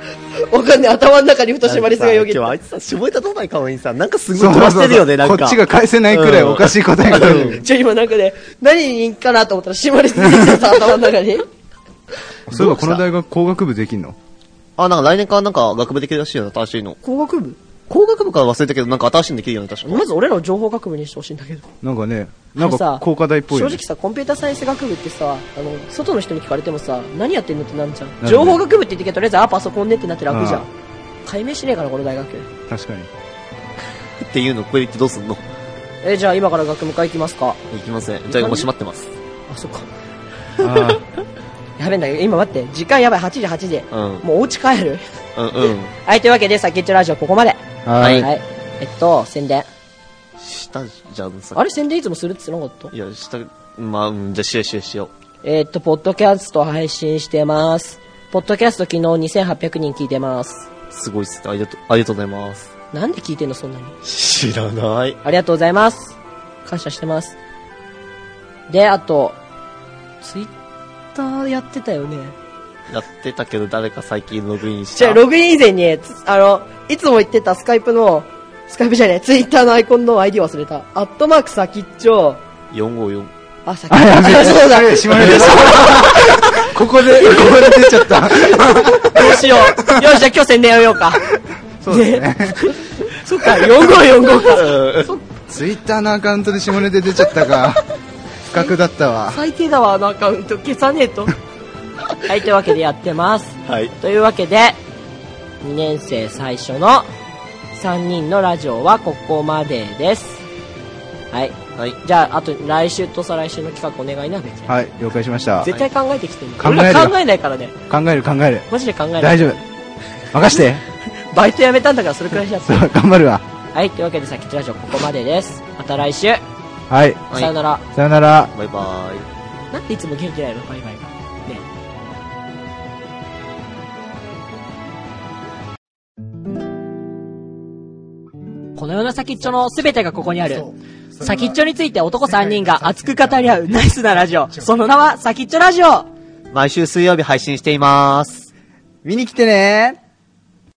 A: わかんない。頭の中にふとシマリスがよぎっ
C: 今日あ
A: た。
C: いつさ、絞りたとない顔にさ、なんかすごい飛ばしてるよね、
B: そ
C: な
B: うんそ
C: か。
B: うそうこっちが返せないくらいおかしい答えが来るんだけど
A: じゃあ今なんかね、何にいいかなと思ったらシマリスが出てた、頭の中に。
B: そういえばこの大学工学部できんの
C: あ、なんか来年からなんか学部できるらしいよね、新しいの。
A: 工学部
C: 工学部から忘れたけど、なんか新しいのできるよね、確か。
A: まず俺らを情報学部にしてほしいんだけど。
B: なんかねなん
A: あの
B: か
A: さ
B: 工科大っぽい
A: 正
B: よね
A: 直さコンピュータサイエンス学部ってさあの外の人に聞かれてもさ何やってんのってなんじゃん、
B: ね
A: 情報学部って言ってけどとりあえずあパソコンねってなって楽じゃん
B: あ
A: 解明しねえからこの大学
B: 確 かに
C: っていうの、これ言ってどうすんの
A: えじゃあ今から学務会行きますか
C: いきません。じゃあもう閉まってます。
A: あそっか
B: あ
A: やべえんだけど今待って時間やばい8時8時
C: うん。
A: もうお家帰る
C: うんうん。
A: はいというわけで先っちょラジオここまで
B: あはい
A: はい、えっと宣伝
C: したじゃん、さ
A: あれ宣伝いつもするって言ってなかった
C: いや、した、まあ、うん、じゃあしようしようしよ
A: えっとポッドキャスト配信してますポッドキャスト昨日2800人聞いてます
C: う。すごいっすね。ありがとう、ありがとうございます。
A: なんで聞いてんのそんなに
C: 知らない。
A: ありがとうございます。感謝してます。で、あと、ツイッターやってたよね。
C: やってたけど、誰か最近ログインし
A: じゃ
C: た。
A: あ、ログイン以前に、つあの、いつも言ってたスカイプの、スカイプじゃねえ、ツイッターのアイコンの ID 忘れた。アットマーク先っちょ、
C: 454。
A: あ、先っ
B: あやべ
A: ちょ、
B: え
A: そうだ、
B: あ
A: ど
B: れシマリスここでここで出ちゃった
A: うしよ う。よし、じゃあ今日宣伝やめようか。
B: そうですね
A: そっか、4545か。
B: ツイッターのアカウントで下ネタ出ちゃったか不覚だったわ
A: 最低だわ、あのアカウント。消さねえと。はい、というわけでやってます。
C: はい。
A: というわけで2年生最初の3人のラジオはここまでですはい
C: はい。
A: じゃああと来週と再来週の企画お願いなべき
B: はい了解しました
A: 絶対考えてきてる、
B: 考えるよ
A: 俺ら考えないからね
B: 考える考える
A: マジで考えな
B: 大
A: い
B: 丈夫任して
A: バイト辞めたんだからそれくらいしやす
B: そう頑張るわ
A: はいというわけでさっきラジオここまでですまた来週、
B: はい
C: はい
A: さよなら
B: さよなら
C: バイバーイ。
A: なんでいつも元気ないのバイバイがねえこの世の先っちょの全てがここにある。先っちょについて男3人が熱く語り合うナイスなラジオ。その名は先っちょラジオ
C: 毎週水曜日配信しています。
B: 見に来てね